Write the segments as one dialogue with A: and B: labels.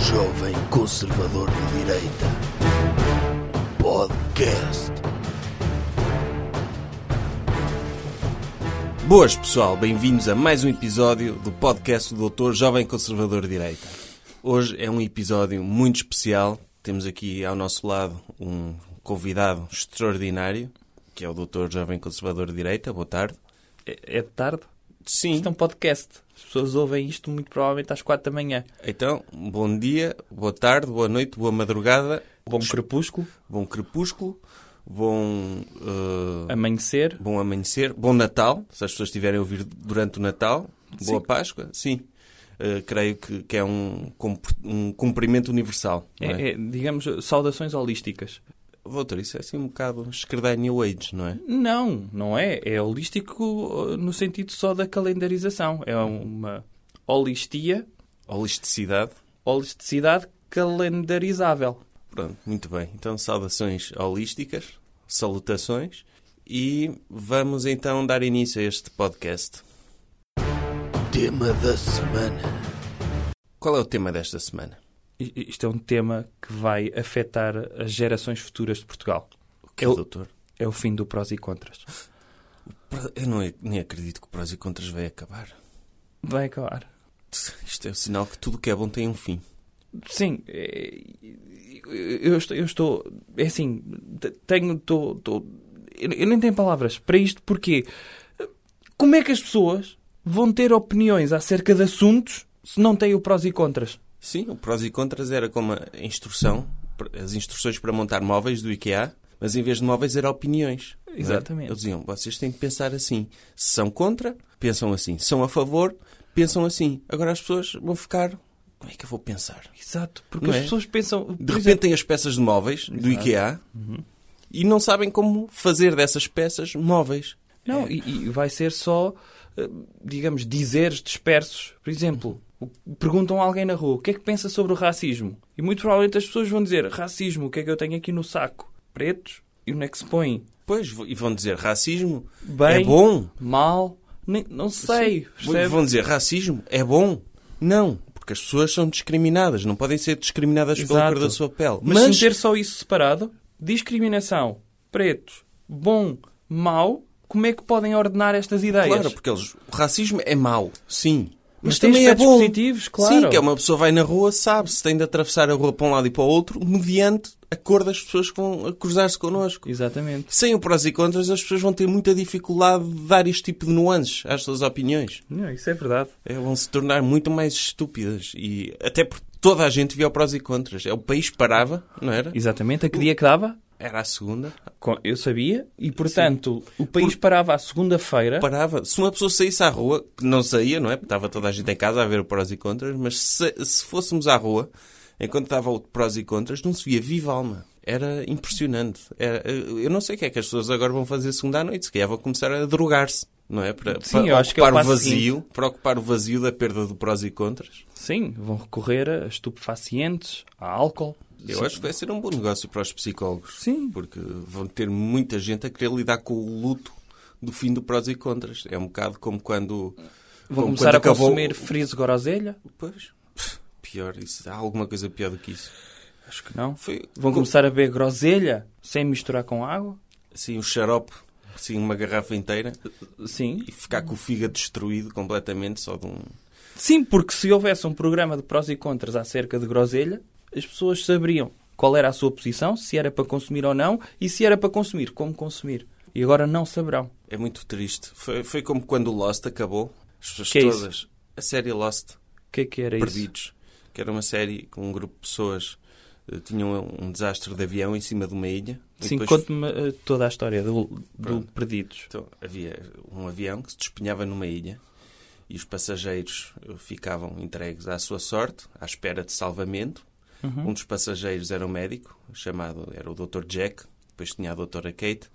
A: Jovem Conservador de Direita. Podcast.
B: Boas pessoal, bem-vindos a mais um episódio do podcast do Doutor Jovem Conservador de Direita. Hoje é um episódio muito especial. Temos aqui ao nosso lado um convidado extraordinário, que é o Doutor Jovem Conservador de Direita. Boa tarde.
C: É é de tarde?
B: Sim.
C: Isto é um podcast. As pessoas ouvem isto muito provavelmente às quatro da manhã.
B: Então, bom dia, boa tarde, boa noite, boa madrugada,
C: Bom crepúsculo,
B: bom crepúsculo, bom eh,
C: amanhecer.
B: Bom amanhecer, bom Natal, se as pessoas estiverem a ouvir durante o Natal. Boa Páscoa, sim. Uh, creio que, que é um, compr- um cumprimento universal. Não é?
C: É, é, digamos, saudações holísticas.
B: Doutor, isso é assim um bocado esquerdar New Age, não é?
C: Não, não é. É holístico uh, no sentido só da calendarização. É uma holistia,
B: Holisticidade.
C: holisticidade calendarizável.
B: Pronto, muito bem. Então, saudações holísticas, salutações e vamos então dar início a este podcast.
A: Tema da semana.
B: Qual é o tema desta semana?
C: I- Isto é um tema que vai afetar as gerações futuras de Portugal.
B: O que é,
C: Eu-
B: doutor?
C: É o fim do prós e contras.
B: Pra- Eu não, nem acredito que o prós e contras vai acabar.
C: Vai acabar.
B: Isto é o sinal que tudo o que é bom tem um fim.
C: Sim, eh, eu estou, eu estou é assim, te- tenho, estou, estou- eu eu nem tenho palavras para isto, porque como é que as pessoas vão ter opiniões acerca de assuntos se não têm o prós e contras?
B: Sim, o prós e contras era como a instrução, as instruções para montar móveis do IKEA, mas em vez de móveis era opiniões. não é?
C: Exatamente.
B: Eles diziam, vocês têm que pensar assim. Se são contra, pensam assim. Se são a favor, pensam assim. Agora as pessoas vão ficar, como é que eu vou pensar?
C: Exato, porque
B: Não
C: as
B: é?
C: pessoas pensam,
B: De
C: por
B: repente têm as peças de móveis do IKEA
C: Uhum.
B: e não sabem como fazer dessas peças móveis.
C: Não, e, e vai ser só, eh, digamos, dizeres dispersos. Por exemplo, o- perguntam a alguém na rua o que é que pensa sobre o racismo. E muito provavelmente as pessoas vão dizer: racismo, o que é que eu tenho aqui no saco? Pretos? E onde é que se põe?
B: Pois, e vão dizer racismo
C: Bem.
B: é bom.
C: Mal? Nem- não sei. percebe?
B: Vão dizer racismo é bom? Não, porque as pessoas são discriminadas, não podem ser discriminadas pela
C: Exato.
B: cor da sua pele.
C: Mas, se ter só isso separado, discriminação, pretos, bom, mau, como é que podem ordenar estas ideias?
B: claro, porque eles, o racismo é mau, sim. Mas,
C: tem
B: também é
C: aspectos
B: bom.
C: positivos, claro.
B: Sim, que é uma pessoa vai na rua, sabe se tem de atravessar a rua para um lado e para o outro, mediante a cor das pessoas que vão a cruzar-se connosco.
C: Exatamente.
B: Sem o prós e contras, as pessoas vão ter muita dificuldade de dar este tipo de nuances às suas opiniões.
C: Não, isso é verdade.
B: É, vão se tornar muito mais estúpidas. E até porque toda a gente via o prós e contras. É, o país parava, não era?
C: Exatamente. A que dia que dava?
B: Era a segunda.
C: Com- Eu sabia. E, portanto, o país parava à segunda-feira.
B: Parava. Se uma pessoa saísse à rua, que não saía, não é? Porque estava toda a gente em casa a ver o prós e contras, mas se, se fôssemos à rua, enquanto estava o prós e contras, não se via viva alma. Era impressionante. Era- eu não sei o que é que as pessoas agora vão fazer segunda à noite. Se calhar vão começar a drogar-se, não é? Para,
C: Sim,
B: para
C: eu acho que é o
B: ocupar o
C: passo
B: vazio, para ocupar o vazio da perda do prós e contras.
C: Sim, vão recorrer a estupefacientes, a álcool.
B: Eu acho que vai ser um bom negócio para os psicólogos.
C: Sim.
B: Porque vão ter muita gente a querer lidar com o luto do fim do prós e contras. É um bocado como quando.
C: Vão
B: como Então,
C: começar
B: quando
C: a
B: acabou-
C: consumir friso groselha?
B: Pois. Pff, Pior, isso. Há alguma coisa pior do que isso.
C: Acho que não.
B: Foi.
C: Vão começar a beber groselha sem misturar com água?
B: Assim, um xarope, assim, uma garrafa inteira
C: Sim.
B: e ficar com o fígado destruído completamente só de um.
C: Sim, porque se houvesse um programa de prós e contras acerca de groselha, as pessoas saberiam qual era a sua posição, se era para consumir ou não, e se era para consumir, como consumir. E agora não saberão.
B: É muito triste. Foi, foi como quando o Lost acabou. As pessoas
C: Que é isso?
B: todas. A série Lost.
C: O que é que era isso?
B: Perdidos, que era uma série com um grupo de pessoas eh, tinham um desastre de avião em cima de uma ilha. E
C: Sim,
B: depois-
C: conte-me eh, toda a história do, do Perdidos.
B: Então, havia um avião que se despenhava numa ilha e os passageiros eh, ficavam entregues à sua sorte, à espera de salvamento. Um dos passageiros era um médico, chamado era o Dr. Jack, depois tinha a Doutora Kate,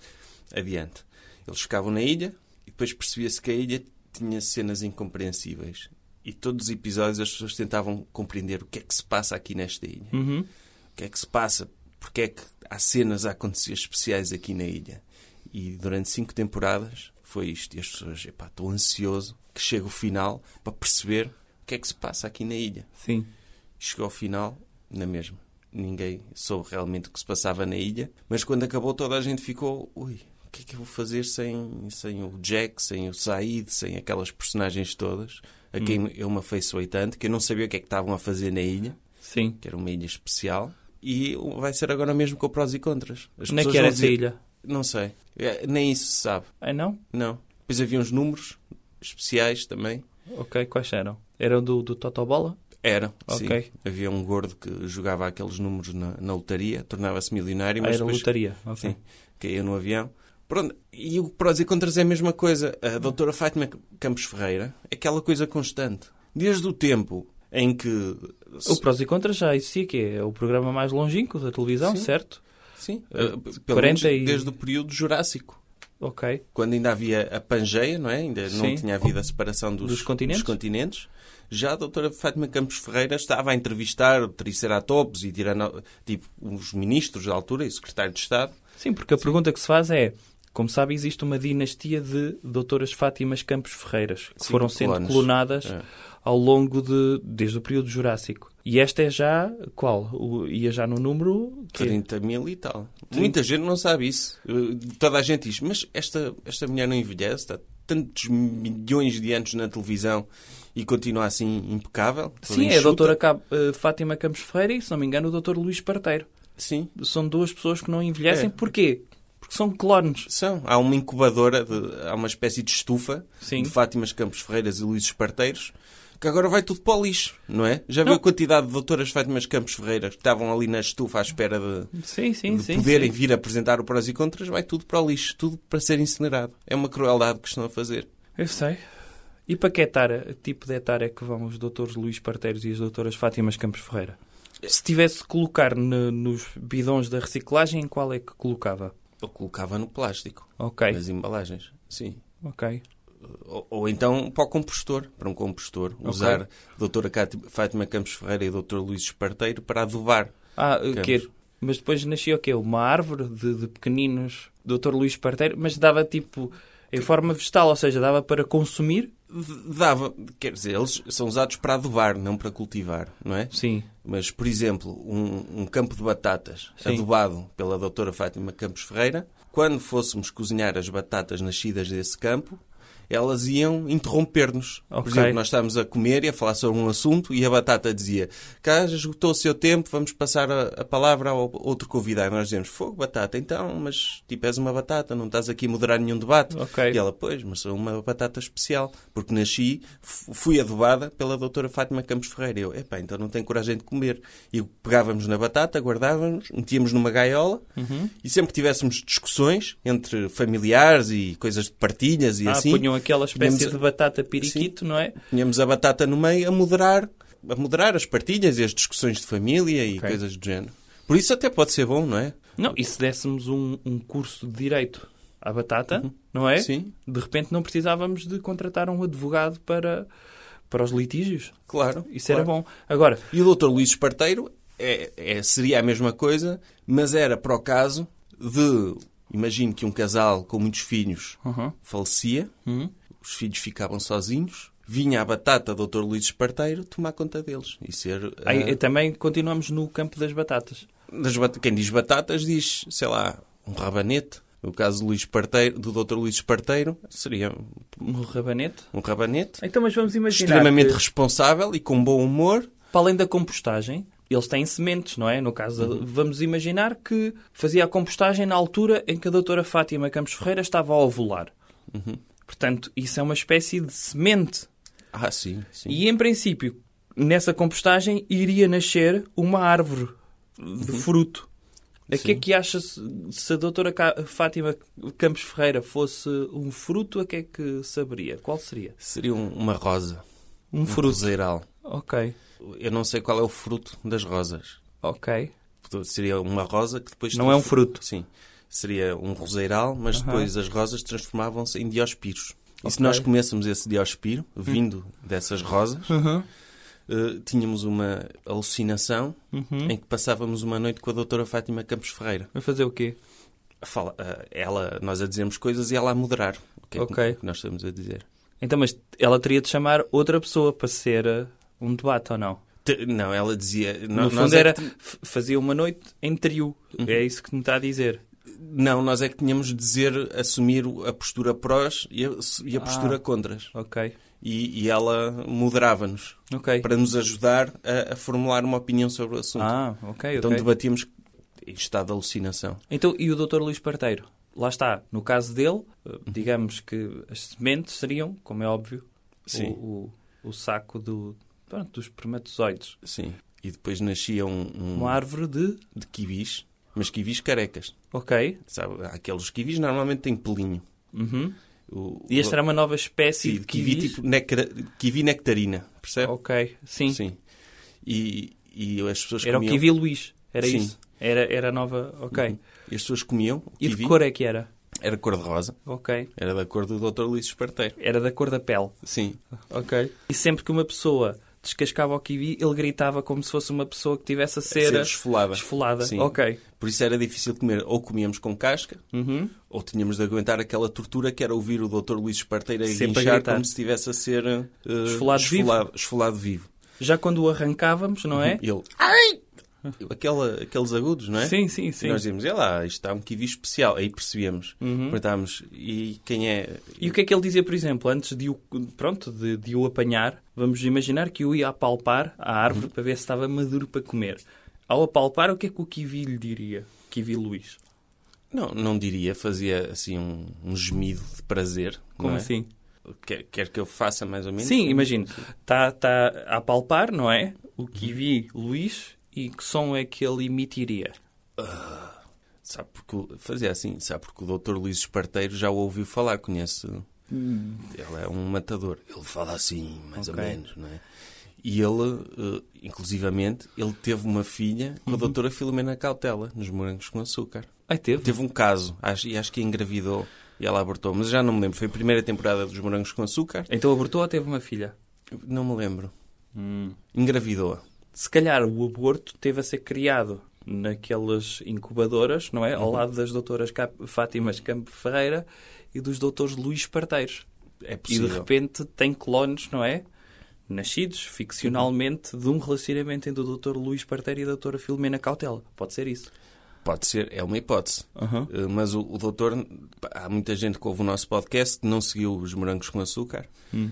B: adiante. Eles ficavam na ilha e depois percebia-se que a ilha tinha cenas incompreensíveis. E todos os episódios as pessoas tentavam compreender o que é que se passa aqui nesta ilha.
C: Uhum.
B: O que é que se passa? Porque é que há cenas a acontecer especiais aqui na ilha? E durante cinco temporadas foi isto. E as pessoas, epá, estou ansioso que chegue o final para perceber o que é que se passa aqui na ilha.
C: Sim.
B: Chegou ao final, na mesma. Ninguém soube realmente o que se passava na ilha, mas quando acabou toda a gente ficou, ui, o que é que eu vou fazer sem, sem o Jack, sem o Said, sem aquelas personagens todas, a quem eu me afeiçoei tanto, que eu não sabia o que é que estavam a fazer na ilha,
C: Sim.
B: que era uma ilha especial, e vai ser agora mesmo com prós e contras. As
C: Onde é
B: pessoas
C: que era
B: vão
C: essa
B: dizer-
C: ilha?
B: Não sei. É, Nem isso se sabe.
C: Ah, não?
B: Não. Depois havia uns números especiais também.
C: Ok, quais eram? Eram do, do Totobola?
B: Era,
C: Ok.
B: sim. Havia um gordo que jogava aqueles números na, na lotaria, tornava-se milionário,
C: Ah,
B: mas
C: era
B: depois
C: lotaria. ok.
B: Sim. caía no avião. Pronto, e o prós e contras é a mesma coisa. A doutora Fátima Campos Ferreira, é aquela coisa constante. Desde o tempo em que...
C: O Prós e Contras já existia, que é o programa mais longínquo da televisão,
B: Sim.
C: certo?
B: Sim,
C: eh,
B: eh, pelo menos
C: 40 e-
B: desde o período Jurássico.
C: Ok.
B: quando ainda havia a Pangeia, não é? Ainda
C: Sim.
B: não tinha havido a separação dos,
C: Dos continentes.
B: continentes. Já a doutora Fátima Campos Ferreira estava a entrevistar triceratops e tirano, tipo, os ministros da altura e o secretário de Estado.
C: Sim, porque a pergunta que se faz é, como sabe, existe uma dinastia de doutoras Fátimas Campos Ferreiras, que
B: Sim,
C: foram
B: de
C: sendo
B: colonos.
C: clonadas
B: É.
C: ao longo de... desde o período Jurássico. E esta é já... qual? O- Ia já no número... é? quê?
B: 30 mil e tal.
C: Sim.
B: Muita gente não sabe isso. Uh, Toda a gente diz, mas esta, esta mulher não envelhece, está tantos milhões de anos na televisão e continua assim impecável. toda
C: Sim, é a
B: enxuta."
C: doutora Cab- eh, Fátima Campos Ferreira e, se não me engano, o doutor Luís Parteiro.
B: Sim,
C: São duas pessoas que não envelhecem.
B: É.
C: Porquê? Porque são clones.
B: São. Há uma incubadora, de- há uma espécie de estufa
C: Sim.
B: de Fátimas Campos Ferreiras e Luís Esparteiros, que agora vai tudo para o lixo, não é? Já viu
C: Não.
B: a quantidade de doutoras Fátimas Campos Ferreiras que estavam ali na estufa à espera de,
C: Sim, sim,
B: de
C: sim.
B: poderem
C: sim.
B: vir apresentar o prós e contras? Vai tudo para o lixo, tudo para ser incinerado. É uma crueldade que estão a fazer.
C: Eu sei. E para que hectare, tipo de hectare é que vão os doutores Luís Parteiros e as doutoras Fátimas Campos Ferreira? Se tivesse de colocar no- nos bidões da reciclagem, qual é que colocava?
B: Eu colocava no plástico,
C: Ok,
B: nas embalagens. Sim.
C: ok.
B: Ou, ou então para o compostor, para um compostor. Usar a doutora Cati- Fátima Campos Ferreira e o doutor Luís Esparteiro para adubar.
C: Ah, o quê?
B: Campos.
C: Mas depois nascia o quê? Uma árvore de, de pequeninos doutor Luís Parteiro, mas dava tipo em forma vegetal, ou seja, dava para consumir?
B: D- Dava, quer dizer, eles são usados para adubar, não para cultivar, não é?
C: Sim.
B: Mas, por exemplo, um, um campo de batatas
C: Sim.
B: adubado pela doutora Fátima Campos Ferreira, quando fôssemos cozinhar as batatas nascidas desse campo, elas iam interromper-nos. Por
C: Ok.
B: exemplo, nós estávamos a comer e a falar sobre um assunto e a batata dizia cá já esgotou o seu tempo, vamos passar a, a palavra ao outro convidado. Nós dizemos, fogo, batata, então, mas tipo, és uma batata, não estás aqui a moderar nenhum debate.
C: Ok.
B: E ela, pois, mas sou uma batata especial, porque nasci, f- fui adubada pela doutora Fátima Campos Ferreira. Eu, epá, então não tenho coragem de comer. E pegávamos na batata, guardávamos, metíamos numa gaiola
C: Uhum.
B: e sempre que tivéssemos discussões entre familiares e coisas de partilhas e
C: ah,
B: assim,
C: punham aquela espécie
B: tínhamos-
C: de batata periquito, não é?
B: tínhamos a batata no meio a moderar, a moderar as partilhas e as discussões de família e
C: Ok.
B: coisas do género. Por isso até pode ser bom, não é?
C: Não, e se dessemos um, um curso de direito à batata, não é?
B: Sim,
C: De repente não precisávamos de contratar um advogado para, para os litígios.
B: claro.
C: Isso
B: claro.
C: era bom. Agora,
B: E o Dr. Luís Esparteiro é, é- seria a mesma coisa, mas era para o caso de. Imagino que um casal com muitos filhos
C: Uhum.
B: falecia, os filhos ficavam sozinhos, vinha a batata do Dr. Luís Esparteiro tomar conta deles e ser.
C: aí,
B: ah,
C: também continuamos no campo das batatas.
B: das bat- quem diz batatas diz, sei lá, um rabanete. No caso do, Luís Esparteiro, do Dr. Luís Esparteiro, seria
C: No rabanete.
B: um rabanete
C: Então, mas vamos imaginar.
B: extremamente
C: que,
B: responsável e com bom humor.
C: para além da compostagem, eles têm sementes, não é? No caso, da- vamos imaginar que fazia a compostagem na altura em que a doutora Fátima Campos Ferreira estava a ovular. Uhum. Portanto, isso é uma espécie de semente
B: Ah, sim, sim.
C: E em princípio, nessa compostagem iria nascer uma árvore de fruto. A que é
B: Sim.
C: que acha se, se a doutora Ca- Fátima Campos Ferreira fosse um fruto, a que é que saberia? Qual seria?
B: Seria um- uma rosa.
C: Um
B: Um
C: fruto.
B: roseiral.
C: Ok,
B: Eu não sei qual é o fruto das rosas.
C: ok.
B: Seria uma rosa que depois...
C: Não é um fruto.
B: Sim. Seria um roseiral, mas
C: Aham.
B: depois as rosas transformavam-se em diospiros. E se
C: Ok.
B: nós comêssemos esse diospiro, vindo dessas rosas,
C: Uhum.
B: eh, tínhamos uma alucinação
C: Uhum.
B: em que passávamos uma noite com a doutora Fátima Campos Ferreira.
C: Vai fazer o quê?
B: A fala- a- ela, nós a dizermos coisas e ela a moderar. O que é que-
C: Ok.
B: o que nós estamos a dizer?
C: Então, mas ela teria de chamar outra pessoa para ser uh, eh, um debate ou não?
B: Te- Não, ela dizia.
C: No
B: No é
C: fundo era, f- fazia uma noite em trio. É isso que me está a dizer.
B: Não, nós é que tínhamos de dizer, assumir o- a postura prós e a, e a postura
C: Ah.
B: contras.
C: Ok,
B: E, e ela moderava-nos
C: ok.
B: para nos ajudar a, a formular uma opinião sobre o assunto.
C: Ah, ok,
B: então
C: ok.
B: debatíamos em estado de alucinação.
C: Então, e o Dr. Luís Parteiro? Lá está, no caso dele, eh, digamos que as sementes seriam, como é óbvio,
B: Sim.
C: O, o, o saco do, pronto, dos espermatozoides.
B: Sim. E depois nascia um, um-
C: Uma árvore de.
B: de kiwis, mas kiwis carecas.
C: Ok.
B: Sabe? Aqueles kiwis normalmente têm pelinho.
C: Uhum.
B: O,
C: E esta era uma nova espécie
B: Sim,
C: de
B: kiwi,
C: kiwis?
B: tipo necra- kiwi nectarina, percebe?
C: Ok, sim.
B: Sim. E, e as pessoas
C: Era o
B: comiam...
C: kiwi Luís, era
B: Sim.
C: isso. Era, era a nova. Ok.
B: Uhum. E as pessoas comiam o
C: E
B: kiwi.
C: de cor é que era?
B: Era cor-de-rosa.
C: Ok.
B: Era da cor do Dr. Luís Esparteiro.
C: Era da cor da pele.
B: Sim.
C: Ok. E sempre que uma pessoa descascava o kiwi, ele gritava como se fosse uma pessoa que tivesse a cera
B: Ser esfolada.
C: esfolada.
B: Sim.
C: Ok.
B: Por isso era difícil comer. Ou comíamos com casca,
C: Uhum.
B: ou tínhamos de aguentar aquela tortura que era ouvir o Dr. Luís Esparteiro a
C: Sempre a
B: guinchar
C: gritar.
B: como se estivesse a ser eh,
C: Esfolado vivo?
B: esfolado, esfolado vivo.
C: Já quando o arrancávamos, não é?
B: E Ele... Ai! Aquela, aqueles agudos, Uhum. não é?
C: Sim, sim,
B: E
C: sim.
B: nós dizíamos, é lá, isto está um kiwi especial. Aí percebíamos. Perguntávamos, e quem é?
C: E o que é que ele dizia, por exemplo, antes de o, pronto, de, de o apanhar? Vamos imaginar que eu ia apalpar a árvore
B: Uhum.
C: para ver se estava maduro para comer. Ao apalpar, o que é que o Kiwi lhe diria? Kiwi Luís.
B: Não, não diria, fazia assim um, um gemido de prazer.
C: Como
B: não é?
C: assim?
B: Quer, quer que eu faça mais ou menos?
C: Sim, imagino. Está tá a apalpar, não é?
B: Uhum.
C: O Kiwi Luís. E que som é que ele emitiria?
B: Sabe porque, o- fazia assim, sabe porque o Dr. Luís Esparteiro já o ouviu falar, conhece. Ele é um matador. Ele fala assim, mais
C: Hum. Ok.
B: ou menos, não é? E ele, eh, inclusivamente, ele teve uma filha com a doutora Filomena Cautela, nos Morangos com Açúcar.
C: Uhum. Ai, teve.
B: Teve um caso, acho, e acho que engravidou e ela abortou, mas já não me lembro. Foi a primeira temporada dos Morangos com Açúcar?
C: Então abortou ou teve uma filha?
B: Não me lembro.
C: Hum.
B: Engravidou-a.
C: Se calhar o aborto teve a ser criado naquelas incubadoras, não é?
B: Uhum.
C: Ao lado das doutoras Cap- Fátimas Campo Ferreira e dos doutores Luís Parteiros.
B: É
C: E de
B: possível.
C: repente tem clones, não é? Nascidos ficcionalmente de um relacionamento entre o doutor Luís Parteiro e a doutora Filomena Cautela. Pode ser isso.
B: Pode ser, é uma hipótese. Eh, Mas o, o doutor, pá, há muita gente que ouve o nosso podcast, não seguiu os morangos com açúcar. Eh, o-
C: Hum.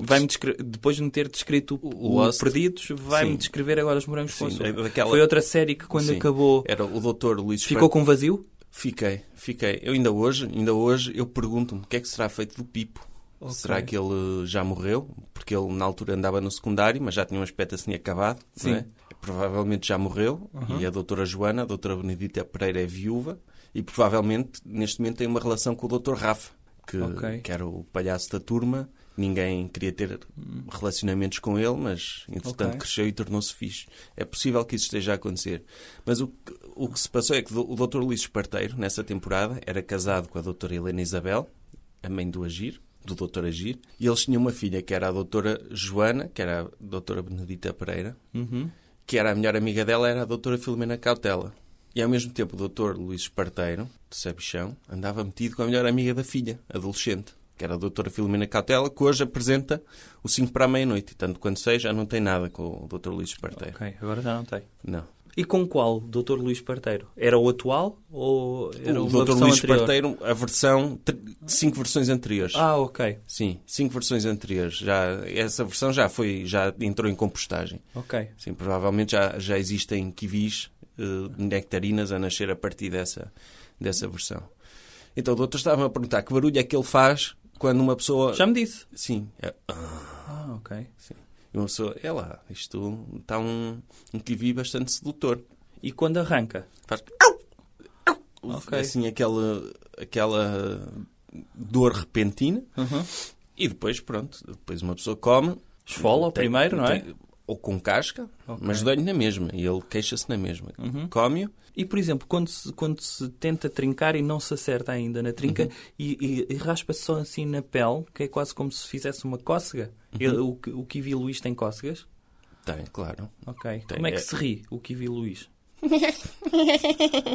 C: Vai-me descre- Depois de me ter descrito
B: O
C: o,
B: Lost.
C: Perdidos, vai-me
B: Sim.
C: descrever agora os morangos com
B: Sim,
C: açúcar.
B: é daquela-
C: Foi outra série que quando
B: Sim. É,
C: acabou
B: Era o doutor Luís
C: ficou
B: Fer-
C: com vazio?
B: Fiquei, fiquei. Eu ainda hoje, ainda hoje, eu pergunto-me o que é que será feito do Pipo.
C: Ok.
B: Será que ele já morreu? Porque ele na altura andava no secundário, mas já tinha um aspecto assim acabado.
C: Sim.
B: não é? Provavelmente já morreu. E a doutora Joana, a doutora Benedita Pereira é viúva. E provavelmente neste momento tem uma relação com o doutor Rafa, que,
C: Ok.
B: que era o palhaço da turma. Ninguém queria ter relacionamentos com ele, mas entretanto
C: Ok.
B: cresceu e tornou-se fixe. É possível que isso esteja a acontecer. Mas o que, o que se passou é que o Dr. Luís Esparteiro, nessa temporada, era casado com a doutora Helena Isabel, a mãe do Agir, do Dr. Agir, e eles tinham uma filha que era a doutora Joana, que era a doutora Benedita Pereira,
C: Uhum.
B: que era a melhor amiga dela, era a doutora Filomena Cautela. E ao mesmo tempo o Dr. Luís Esparteiro, de Sabichão, andava metido com a melhor amiga da filha, adolescente, que era a doutora Filomena Cautela, que hoje apresenta o 5 para a meia-noite. E tanto quanto seja, não tem nada com o Dr. Luís Esparteiro.
C: Ok, agora já não tem.
B: Não.
C: E com qual, Dr. Luís Parteiro? Era o atual ou era
B: o
C: uma
B: Dr.
C: versão
B: Luís
C: anterior?
B: Parteiro, a versão. tr- cinco versões anteriores.
C: Ah, ok.
B: Sim, cinco versões anteriores. Já, essa versão já foi. já entrou em compostagem.
C: Ok.
B: Sim, provavelmente já, já existem kiwis, eh, nectarinas a nascer a partir dessa, dessa versão. Então o doutor estava-me a perguntar que barulho é que ele faz quando uma pessoa.
C: Já me disse.
B: Sim, é,
C: Ah, ok.
B: uma pessoa. É lá, isto está um, um kiwi bastante sedutor.
C: E quando arranca?
B: Faz
C: Ok.
B: assim aquela, aquela dor repentina
C: Uhum.
B: e depois pronto, depois uma pessoa come.
C: Esfola o
B: Tem-
C: primeiro, não é?
B: tem- Ou com casca,
C: Ok. Uhum.
B: mas dói-lhe na mesma e ele queixa-se na mesma. Come-o,
C: E, por exemplo, quando se, quando se tenta trincar e não se acerta ainda na trinca
B: Uhum.
C: e, e- e raspa-se só assim na pele, que é quase como se fizesse uma cócega.
B: Uhum.
C: Ele- o, que- o Kiwi Luís tem cócegas?
B: tem, claro.
C: Ok.
B: Tem,
C: Como é que
B: é-
C: se ri o Kiwi Luís?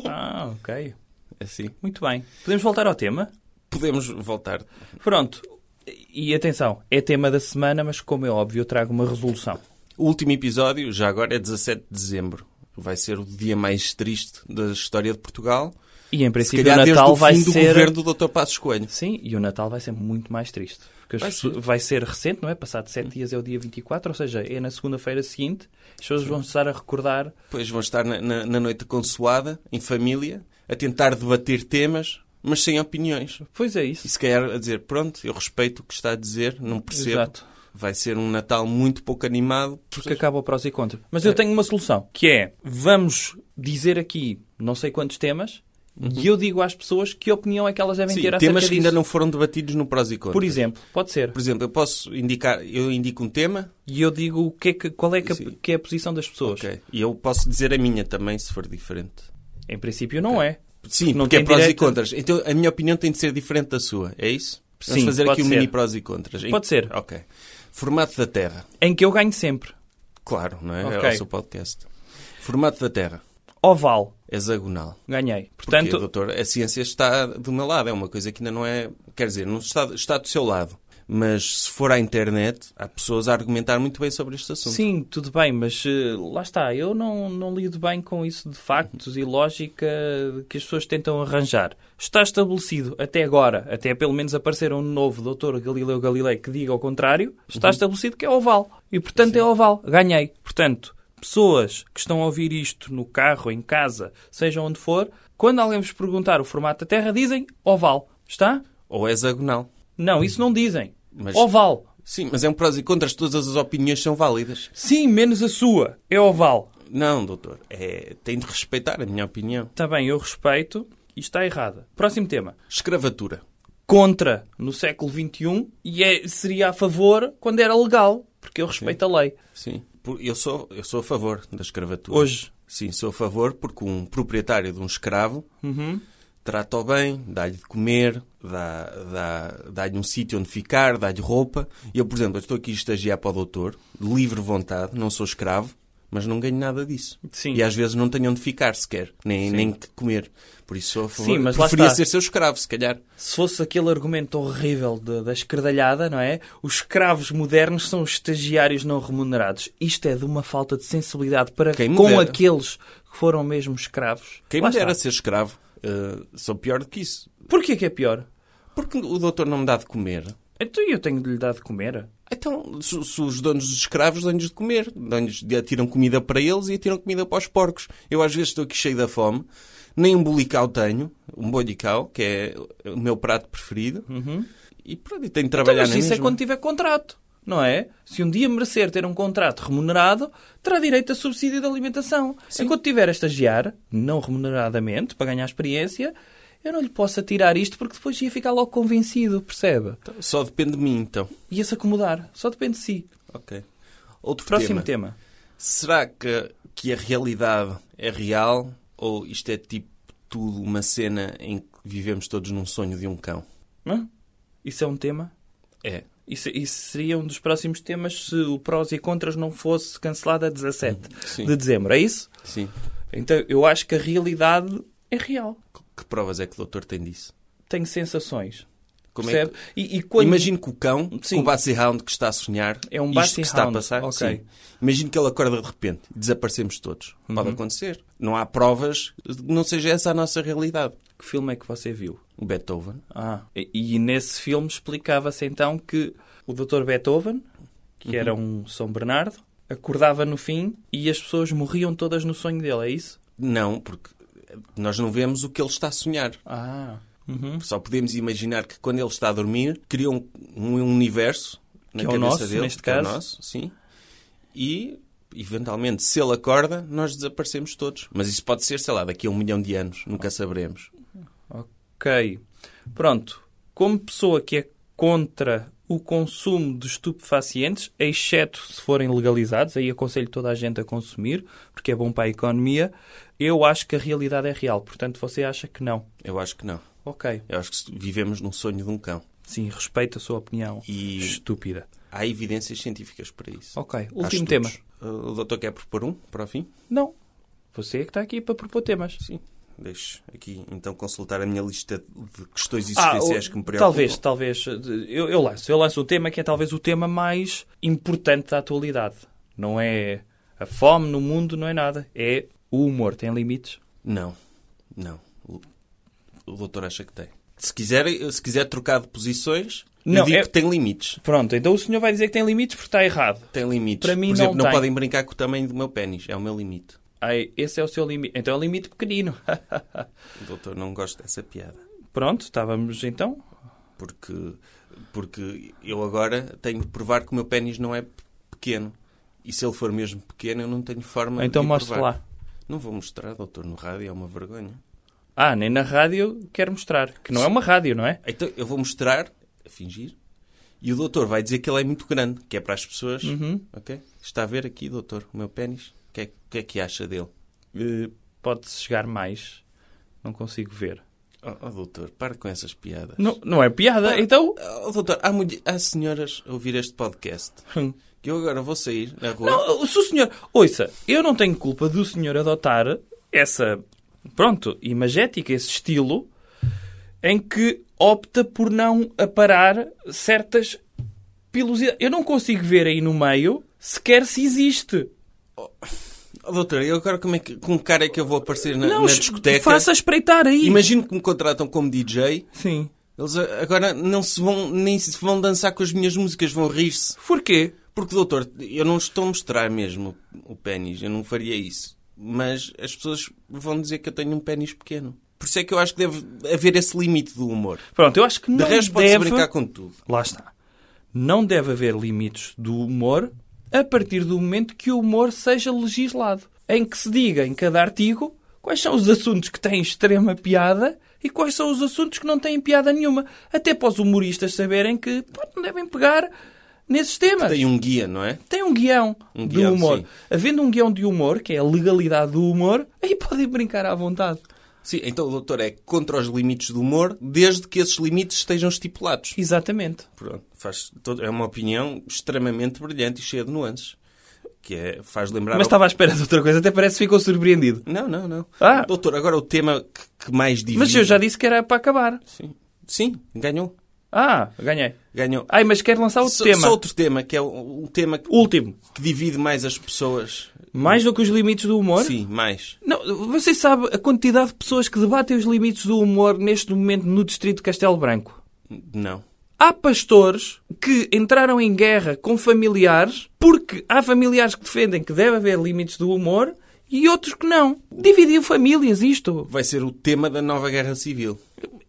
C: ah, ok.
B: Assim.
C: Muito bem. Podemos voltar ao tema?
B: Podemos voltar.
C: Pronto. E atenção, é tema da semana, mas como é óbvio, eu trago uma resolução.
B: O último episódio, já agora, é 17 de dezembro. Vai ser o dia mais triste da história de Portugal.
C: E em
B: Se
C: princípio
B: calhar
C: o
B: desde
C: Natal
B: o
C: vai
B: fim do
C: ser.
B: governo do Dr. Passos Coelho.
C: Sim, e o Natal vai ser muito mais triste. Porque as
B: Vai Hum.
C: pessoas- vai, ser recente, não é? Passado sete dias é o dia 24, ou seja, é na segunda-feira seguinte. As pessoas vão estar a recordar.
B: Depois vão estar na, na- na noite consoada, em família, a tentar debater temas, mas sem opiniões.
C: Pois é
B: E
C: isso.
B: se calhar a dizer, pronto, eu respeito o que está a dizer, não percebo.
C: Exato.
B: Vai ser um Natal muito pouco animado.
C: Porque acaba o prós e contras. Mas eu tenho uma solução, que é, vamos dizer aqui não sei quantos temas e eu digo às pessoas que opinião é que elas devem
B: Uhum. Sim,
C: ter acerca
B: temas que
C: disso.
B: ainda não foram debatidos no prós e contras.
C: Por exemplo, pode ser.
B: Por exemplo, eu posso indicar, eu indico um tema,
C: E eu digo o que é que, qual é que, a-
B: Sim.
C: que é a posição das pessoas.
B: ok, e eu posso dizer a minha também, se for diferente.
C: Em princípio não é.
B: Sim,
C: não
B: porque é
C: tem
B: prós e
C: direito.
B: contras. Então a minha opinião tem de ser diferente da sua, é isso? Vamos
C: Sim,
B: fazer
C: pode
B: aqui um
C: ser.
B: mini prós e contras.
C: Pode ser.
B: Ok. Formato da Terra.
C: Em que eu ganho sempre.
B: Claro, não é?
C: Ok.
B: É o seu podcast. Formato da Terra.
C: Oval,
B: Hexagonal.
C: ganhei.
B: Portanto,
C: Portanto,
B: doutor, a ciência está do meu lado. É uma coisa que ainda não é... Quer dizer, não está, está do seu lado. Mas se for à internet, há pessoas a argumentar muito bem sobre este assunto.
C: Sim, tudo bem, mas eh, lá está, eu não, não lido bem com isso de factos e lógica que as pessoas tentam arranjar. Está estabelecido até agora, até pelo menos aparecer um novo doutor Galileu Galilei que diga ao contrário, está estabelecido que é oval. E portanto é oval, ganhei. Portanto, pessoas que estão a ouvir isto no carro, em casa, seja onde for, quando alguém vos perguntar o formato da Terra, dizem oval. Está?
B: Ou hexagonal.
C: Não, isso não dizem.
B: Mas-
C: Oval.
B: Sim, mas é um prós e contras. Todas as opiniões são válidas.
C: Sim, menos a sua. É oval.
B: Não, doutor. É, tem de respeitar a minha opinião.
C: Está bem, eu respeito e está errada. Próximo tema.
B: Escravatura.
C: Contra no século XXI e é- seria a favor quando era legal, porque eu respeito a lei.
B: Sim. Por- Eu sou, eu sou a favor da escravatura.
C: Hoje?
B: Sim, sou a favor porque um proprietário de um escravo
C: Uhum.
B: trata-o bem, dá-lhe de comer, dá- dá- dá-lhe um sítio onde ficar, dá-lhe roupa. E Eu, por exemplo, eu estou aqui a estagiar para o doutor, de livre vontade, não sou escravo, mas não ganho nada disso.
C: Sim.
B: E às vezes não tenho onde ficar sequer, nem, nem que comer. Por isso sou a favor.
C: Sim, mas lá
B: Preferia
C: está.
B: ser seu escravo, se calhar.
C: Se fosse aquele argumento horrível de- da escardalhada, não é? Os escravos modernos são os estagiários não remunerados. Isto é de uma falta de sensibilidade para
B: Quem me
C: com
B: dera.
C: aqueles que foram mesmo escravos.
B: Quem
C: Lá
B: me dera
C: está.
B: ser escravo, eh, sou pior do que isso.
C: Porquê que é pior?
B: Porque o doutor não me dá de comer.
C: Então eu tenho de lhe dar de comer.
B: Então, se, se os donos dos escravos dão-lhes de comer, dão-lhes, atiram comida para eles e atiram comida para os porcos. Eu às vezes estou aqui cheio da fome, nem um bolicau tenho, um bolicau, que é o meu prato preferido, e pronto, e tenho de
C: Uhum. Então,
B: trabalhar
C: mas
B: na
C: isso é
B: mesma.
C: quando tiver contrato, não é? Se um dia merecer ter um contrato remunerado, terá direito a subsídio de alimentação. Enquanto tiver a estagiar, não remuneradamente, para ganhar experiência, eu não lhe posso atirar isto porque depois ia ficar logo convencido, percebe?
B: Então, Só depende de mim, então.
C: Ia se acomodar. Só depende de si.
B: Ok. Outro
C: Próximo
B: tema.
C: tema.
B: Será que, que a realidade é real ou isto é tipo tudo uma cena em que vivemos todos num sonho de um cão?
C: Hã? Isso é um tema?
B: É.
C: Isso, isso seria um dos próximos temas se o prós e contras não fosse cancelado a 17
B: Hum, Sim.
C: de dezembro, é isso?
B: Sim.
C: Então eu acho que a realidade é real.
B: Que- Que provas é que o doutor tem disso?
C: Tenho sensações.
B: Como é que-
C: Percebe? E, e quando...
B: Imagino que o cão,
C: Sim.
B: com o Bassy Hound que está a sonhar,
C: É um
B: isto
C: Bassy
B: que está a
C: Hound,
B: passar,
C: ok.
B: sim. imagino que ele acorda de repente e desaparecemos todos. Pode acontecer. Não há provas de que não seja essa a nossa realidade.
C: Que filme é que você viu?
B: O Beethoven.
C: Ah, e, e nesse filme explicava-se então que o Dr. Beethoven, que era um São Bernardo, acordava no fim e as pessoas morriam todas no sonho dele, é isso?
B: Não, porque nós não vemos o que ele está a sonhar.
C: Ah, uhum.
B: Só podemos imaginar que quando ele está a dormir, cria um, um universo na
C: Que é o
B: cabeça
C: nosso,
B: dele,
C: neste
B: que é o
C: caso.
B: nosso, sim. E, eventualmente, se ele acorda, nós desaparecemos todos. Mas isso pode ser, sei lá, daqui a um milhão de anos. Nunca saberemos.
C: ok. Pronto. Como pessoa que é contra o consumo de estupefacientes, exceto se forem legalizados, aí aconselho toda a gente a consumir, porque é bom para a economia, eu acho que a realidade é real. Portanto, você acha que não?
B: Eu acho que não.
C: Ok.
B: Eu acho que vivemos num sonho de um cão.
C: Sim, respeito a sua opinião.
B: E
C: Estúpida.
B: há evidências científicas para isso.
C: Ok,
B: Há
C: último
B: estudos.
C: tema.
B: Uh, O doutor quer propor um para o fim?
C: Não. Você é que está aqui para propor temas.
B: Sim. Deixe aqui então consultar a minha lista de questões
C: Ah,
B: existenciais
C: o-
B: que me preocupam.
C: talvez, talvez. Eu, eu lanço. Eu lanço um tema que é talvez o tema mais importante da atualidade. Não é a fome no mundo, não é nada. É o humor. Tem limites?
B: Não, não. O, o doutor acha que tem. Se quiser, se quiser trocar de posições,
C: Não,
B: eu digo
C: é-
B: que tem limites.
C: Pronto, então o senhor vai dizer que tem limites porque está errado.
B: Tem limites.
C: Para mim
B: Por
C: não
B: exemplo, não,
C: tem.
B: podem brincar com o tamanho do meu pênis. É o meu limite.
C: Ai, esse é o seu limite. Então é um limite pequenino.
B: O doutor não gosta dessa piada.
C: Pronto, estávamos então.
B: Porque, porque eu agora tenho de provar que o meu pênis não é pequeno. E se ele for mesmo pequeno, eu não tenho forma
C: Então
B: de
C: mostre
B: provar.
C: lá.
B: Não vou mostrar, doutor, no rádio é uma vergonha.
C: Ah, nem na rádio quero mostrar. Que não é uma rádio, não é?
B: Então eu vou mostrar, a fingir, e o doutor vai dizer que ele é muito grande, que é para as pessoas.
C: Uhum.
B: Ok? Está a ver aqui, doutor, o meu pênis? O que, é, o que é que acha dele?
C: Eh, Pode-se chegar mais. Não consigo ver.
B: Oh, oh, doutor, pare com essas piadas.
C: Não, não é piada, então.
B: Oh, doutor, há, mulher- há senhoras a ouvir este podcast. Que eu agora vou sair na rua.
C: Não, se o senhor. Ouça, eu não tenho culpa do senhor adotar essa. Pronto, imagética, esse estilo em que opta por não aparar certas pilosidades. Eu não consigo ver aí no meio sequer se existe.
B: Oh, doutor, eu agora como é que, com que cara é que eu vou aparecer na,
C: não,
B: na
C: es-
B: discoteca?
C: faça espreitar aí.
B: Imagino que me contratam como DJ.
C: Sim.
B: Eles a- agora não se vão, nem se vão dançar com as minhas músicas, vão rir-se.
C: Porquê?
B: Porque, doutor, eu não estou a mostrar mesmo o pênis, eu não faria isso. Mas as pessoas vão dizer que eu tenho um pênis pequeno. Por isso é que eu acho que deve haver esse limite do humor.
C: Pronto, eu acho que
B: De
C: não
B: resto, pode-se
C: deve...
B: brincar com tudo.
C: Lá está. Não deve haver limites do humor a partir do momento que o humor seja legislado. Em que se diga em cada artigo quais são os assuntos que têm extrema piada e quais são os assuntos que não têm piada nenhuma. Até para os humoristas saberem que pá, não devem pegar nesses temas.
B: Tem um guia, não é?
C: Tem um guião
B: Um
C: do
B: guião,
C: humor.
B: sim.
C: Havendo um guião de humor, que é a legalidade do humor, aí podem brincar à vontade.
B: Sim, então, doutor, é contra os limites do humor, desde que esses limites estejam estipulados.
C: Exatamente.
B: Pronto, faz todo- é uma opinião extremamente brilhante e cheia de nuances. Que é, faz lembrar...
C: Mas
B: ao-
C: estava à espera de outra coisa, até parece que ficou surpreendido.
B: Não, não, não.
C: Ah.
B: Doutor, agora o tema que, que mais divide...
C: Mas eu já disse que era para acabar.
B: Sim, Sim ganhou.
C: Ah, ganhei.
B: Ganhou.
C: Ai, mas quero lançar outro
B: Só-
C: tema.
B: Só outro tema, que é um um tema que
C: Último.
B: que divide mais as pessoas.
C: Mais do que os limites do humor?
B: Sim, mais.
C: Não, você sabe a quantidade de pessoas que debatem os limites do humor neste momento no distrito de Castelo Branco?
B: Não.
C: Há pastores que entraram em guerra com familiares porque há familiares que defendem que deve haver limites do humor e outros que não. Dividiu famílias isto.
B: Vai ser o tema da nova guerra civil.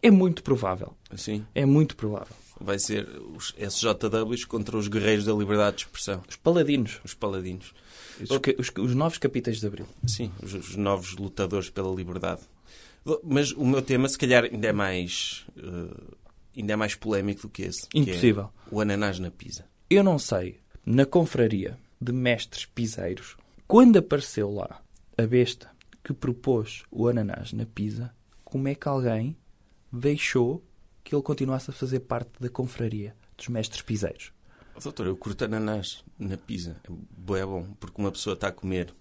C: É muito provável.
B: Assim.
C: É muito provável.
B: Vai ser os SJWs contra os guerreiros da liberdade de expressão.
C: Os paladinos.
B: Os paladinos.
C: Os, os- os novos capitães de Abril.
B: Sim, os, os novos lutadores pela liberdade. Mas o meu tema, se calhar, ainda é mais. eh, ainda é mais polémico do que esse. que é
C: Impossível.
B: o ananás na pizza.
C: Eu não sei, na confraria de mestres piseiros, quando apareceu lá a besta que propôs o ananás na pizza, como é que alguém deixou que ele continuasse a fazer parte da confraria dos mestres piseiros?
B: Doutor, eu curto ananás na pizza. É bué bom, porque uma pessoa está a comer.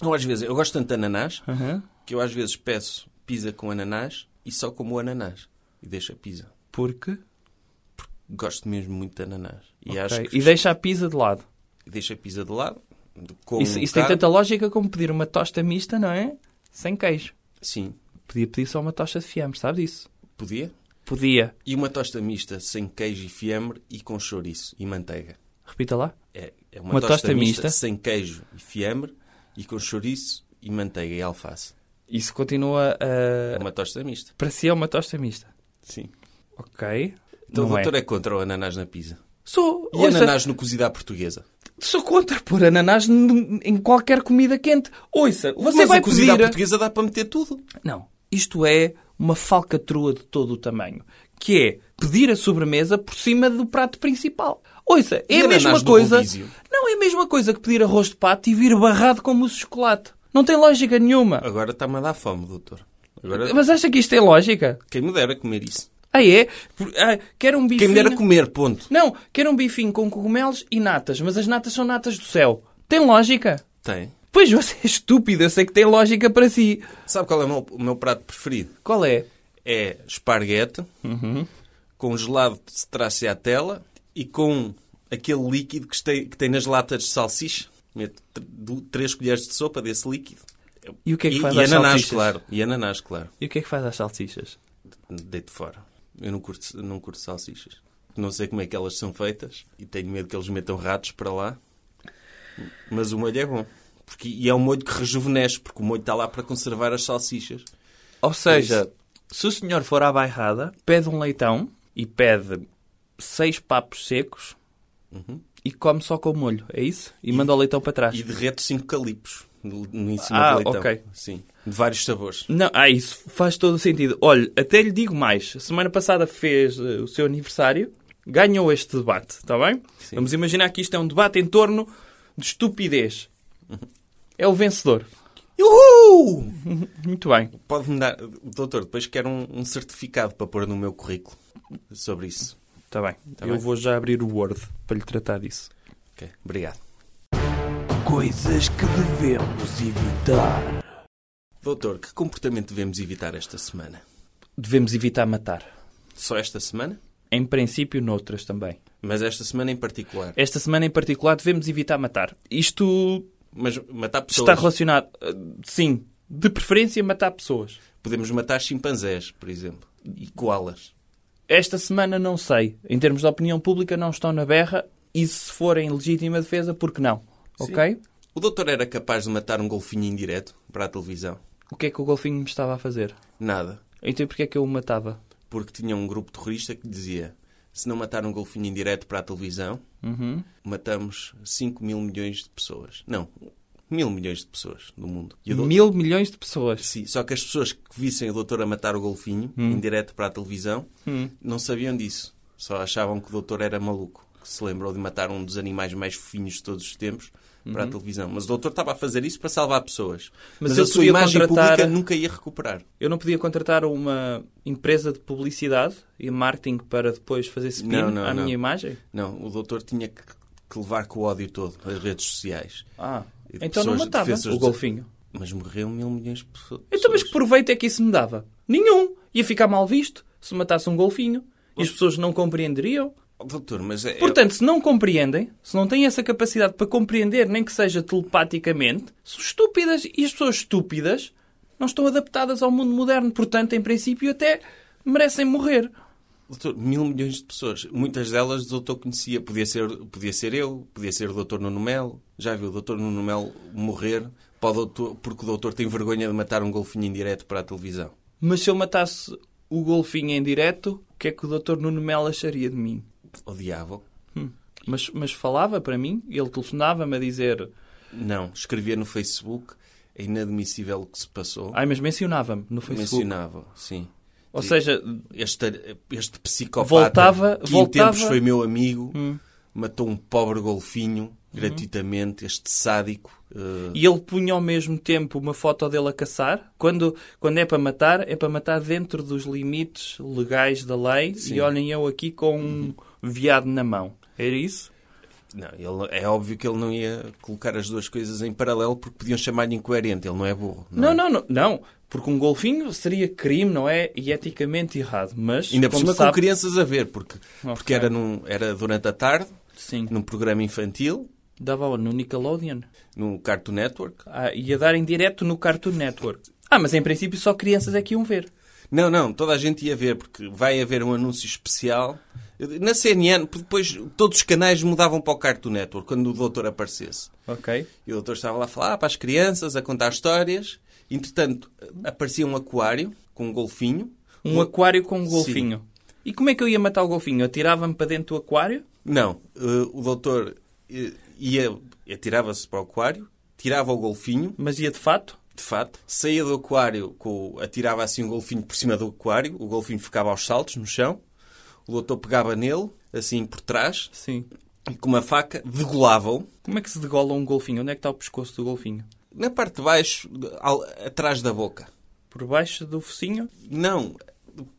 B: Ou às vezes, eu gosto tanto de ananás que eu às vezes peço pizza com ananás e só como o ananás. E deixo a pizza.
C: Porque
B: Gosto mesmo muito de ananás. E
C: Ok,
B: acho que
C: e deixa a pizza de lado.
B: deixo a pizza de um lado. Como
C: Isso, isso tem tanta lógica como pedir uma tosta mista, não é? Sem queijo.
B: Sim,
C: Podia pedir só uma tosta de fiambre, sabe disso?
B: podia.
C: Podia.
B: E uma tosta mista sem queijo e fiambre e com chouriço e manteiga.
C: Repita lá.
B: É, é uma, tosta, mista,
C: mista.
B: sem queijo e fiambre e com chouriço e manteiga e alface.
C: Isso continua
B: É
C: a...
B: uma tosta mista.
C: Para si é uma tosta mista.
B: Sim.
C: Ok.
B: Então o
C: Não é.
B: doutor é. contra o ananás na pizza.
C: Sou,
B: E
C: ouça,
B: ananás no cozido à portuguesa.
C: sou contra pôr ananás n- em qualquer comida quente. Ouça, você
B: Mas
C: vai
B: o cozido à
C: pedir...
B: portuguesa dá para meter tudo.
C: Não, isto é uma falcatrua de todo o tamanho. Que é pedir a sobremesa por cima do prato principal. Ouça, é
B: E
C: a mesma
B: ananás no
C: coisa...
B: rodízio?
C: Não, é a mesma coisa que pedir arroz de pato e vir barrado com mousse de chocolate. Não tem lógica nenhuma.
B: Agora está-me a dar fome, doutor. Agora,
C: Mas acha que isto tem lógica?
B: quem me dera comer isso.
C: Ah, é? Por- Ah, quero um
B: Quem
C: bifinho...
B: me dera comer, ponto.
C: Não, quero um bifinho com cogumelos e natas, mas as natas são natas do céu. Tem lógica?
B: Tem.
C: Pois você é estúpido, eu sei que tem lógica para si.
B: Sabe qual é o meu, o meu prato preferido?
C: Qual é?
B: É esparguete,
C: Uhum.
B: com gelado de se trace à tela e com aquele líquido que, este- que tem nas latas de salsicha. Meto tr- du- três colheres de sopa desse líquido.
C: E o que é que
B: e,
C: faz
B: e
C: às
B: ananás,
C: salsichas?
B: claro. E ananás, claro.
C: E o que é que faz às salsichas?
B: Deito fora. Eu não curto, não curto salsichas. Não sei como é que elas são feitas e tenho medo que eles metam ratos para lá. Mas o molho é bom. Porque, e é um molho que rejuvenesce, porque o molho está lá para conservar as salsichas.
C: Ou seja, se o senhor for à bairrada, pede um leitão e pede seis papos secos e come só com o molho, é isso? E, manda o leitão para trás.
B: Uhum. E derreto cinco calipos no, no- em cima
C: Ah,
B: do leitão.
C: ok.
B: Sim. De vários sabores.
C: Não, ah, isso faz todo o sentido. Olha, até lhe digo mais. A semana passada fez eh, o seu aniversário, ganhou este debate, está bem?
B: Sim.
C: Vamos imaginar que isto é um debate em torno de estupidez.
B: Uhum.
C: É o vencedor.
B: Uhul!
C: Muito bem.
B: Pode-me dar... Doutor, depois quero um, um certificado para pôr no meu currículo sobre isso.
C: Está bem.
B: Tá
C: Eu
B: bem.
C: vou já abrir o Word para lhe tratar disso.
B: Ok, obrigado.
A: Coisas que devemos evitar.
B: Doutor, que comportamento devemos evitar esta semana?
C: Devemos evitar matar.
B: Só esta semana?
C: Em princípio, noutras também.
B: Mas esta semana em particular.
C: Esta semana em particular devemos evitar matar. Isto
B: Mas matar pessoas.
C: está relacionado. eh, Sim, de preferência matar pessoas.
B: Podemos matar chimpanzés, por exemplo. E koalas.
C: Esta semana não sei. Em termos de opinião pública, não estão na berra. E se forem legítima defesa, por que não?
B: Sim.
C: Ok?
B: O doutor era capaz de matar um golfinho indireto para a televisão?
C: O que é que o golfinho me estava a fazer?
B: Nada.
C: Então porquê é que eu o matava?
B: Porque tinha um grupo terrorista que dizia se não matar um golfinho indireto para a televisão,
C: Uhum.
B: matamos 5 mil milhões de pessoas. Não, mil milhões de pessoas do mundo. E o doutor-
C: Mil milhões de pessoas.
B: Sim, só que as pessoas que vissem o doutor a matar o golfinho,
C: Hum.
B: em direto para a televisão, não sabiam disso. Só achavam que o doutor era maluco, que se lembrou de matar um dos animais mais fofinhos de todos os tempos para a televisão. Mas o doutor estava a fazer isso para salvar pessoas.
C: Uhum. Mas
B: Mas,
C: eu
B: a sua
C: podia
B: imagem
C: contratar-
B: pública nunca ia recuperar.
C: Eu não podia contratar uma empresa de publicidade e marketing para depois fazer spin
B: Não, não,
C: à
B: não.
C: minha imagem?
B: Não, o doutor tinha que que levar com o ódio todo as redes sociais.
C: Ah,
B: E de
C: então não
B: pessoas
C: matava
B: defensas
C: o
B: de-
C: golfinho.
B: Mas morreu mil milhões de pessoas.
C: Então, mas que proveito é que isso me dava? Nenhum. Ia ficar mal visto se matasse um golfinho. E as pessoas não compreenderiam.
B: Oh, Doutor, mas é...
C: Portanto, se não compreendem, se não têm essa capacidade para compreender, nem que seja telepaticamente, são estúpidas. E as pessoas estúpidas não estão adaptadas ao mundo moderno. Portanto, em princípio, até merecem morrer.
B: Doutor, mil milhões de pessoas. Muitas delas o doutor conhecia. Podia ser, podia ser eu, podia ser o doutor Nuno Melo. Já viu o doutor Nuno Melo morrer para o doutor- porque o doutor tem vergonha de matar um golfinho em direto para a televisão.
C: Mas se eu matasse o golfinho em direto, o que é que o Dr. Nuno Melo acharia de mim? Hum.
B: Odiava.
C: Mas, mas falava para mim, ele telefonava-me a dizer...
B: Não, escrevia no Facebook. É inadmissível o que se passou.
C: Ai, mas mencionava-me Ah, no Facebook.
B: Mencionava, sim.
C: Ou
B: Sim.
C: seja,
B: Este, este psicopata
C: Voltava-
B: que
C: voltava- Hum.
B: em tempos foi meu amigo, matou um pobre
C: Uhum.
B: golfinho gratuitamente, este sádico. eh,
C: e ele punha ao mesmo tempo uma foto dele a caçar. Quando, quando é para matar, é para matar dentro dos limites legais da lei. E olhem eu aqui com
B: Uhum.
C: um veado na mão. Era isso?
B: Não, ele- é óbvio que ele não ia colocar as duas coisas em paralelo porque podiam chamar-lhe incoerente. Ele não é burro. não é?
C: Não, não, não. não. Porque um golfinho seria crime, não é? E eticamente errado. Mas,
B: Ainda por
C: como
B: cima com
C: sabe,
B: crianças a ver, porque, porque
C: Ok.
B: era, num- era durante a tarde,
C: Sim.
B: num programa infantil,
C: Dava onde? no Nickelodeon.
B: no Cartoon Network.
C: Ah, ia dar em direto no Cartoon Network. Ah, mas em princípio só crianças é que iam ver.
B: Não, não, toda a gente ia ver, porque vai haver um anúncio especial. Na CNN, porque depois todos os canais mudavam para o Cartoon Network quando o doutor aparecesse.
C: Ok.
B: E o doutor estava lá a falar "Ah, para as crianças, a contar histórias. Entretanto, aparecia um aquário com um golfinho.
C: Um aquário com um golfinho. E como é que eu ia matar o golfinho? Atirava-me para dentro do aquário?
B: Não. eh, o doutor eh, ia, atirava-se para o aquário, tirava o golfinho,
C: Mas ia de fato?
B: de fato, saía do aquário, com, o- atirava assim o golfinho por cima do aquário, o golfinho ficava aos saltos no chão, o doutor pegava nele, assim por trás,
C: Sim.
B: e com uma faca degolava-o.
C: Como é que se degola um golfinho? Onde é que está o pescoço do golfinho?
B: Na parte de baixo, ao- atrás da boca.
C: Por baixo do focinho?
B: Não,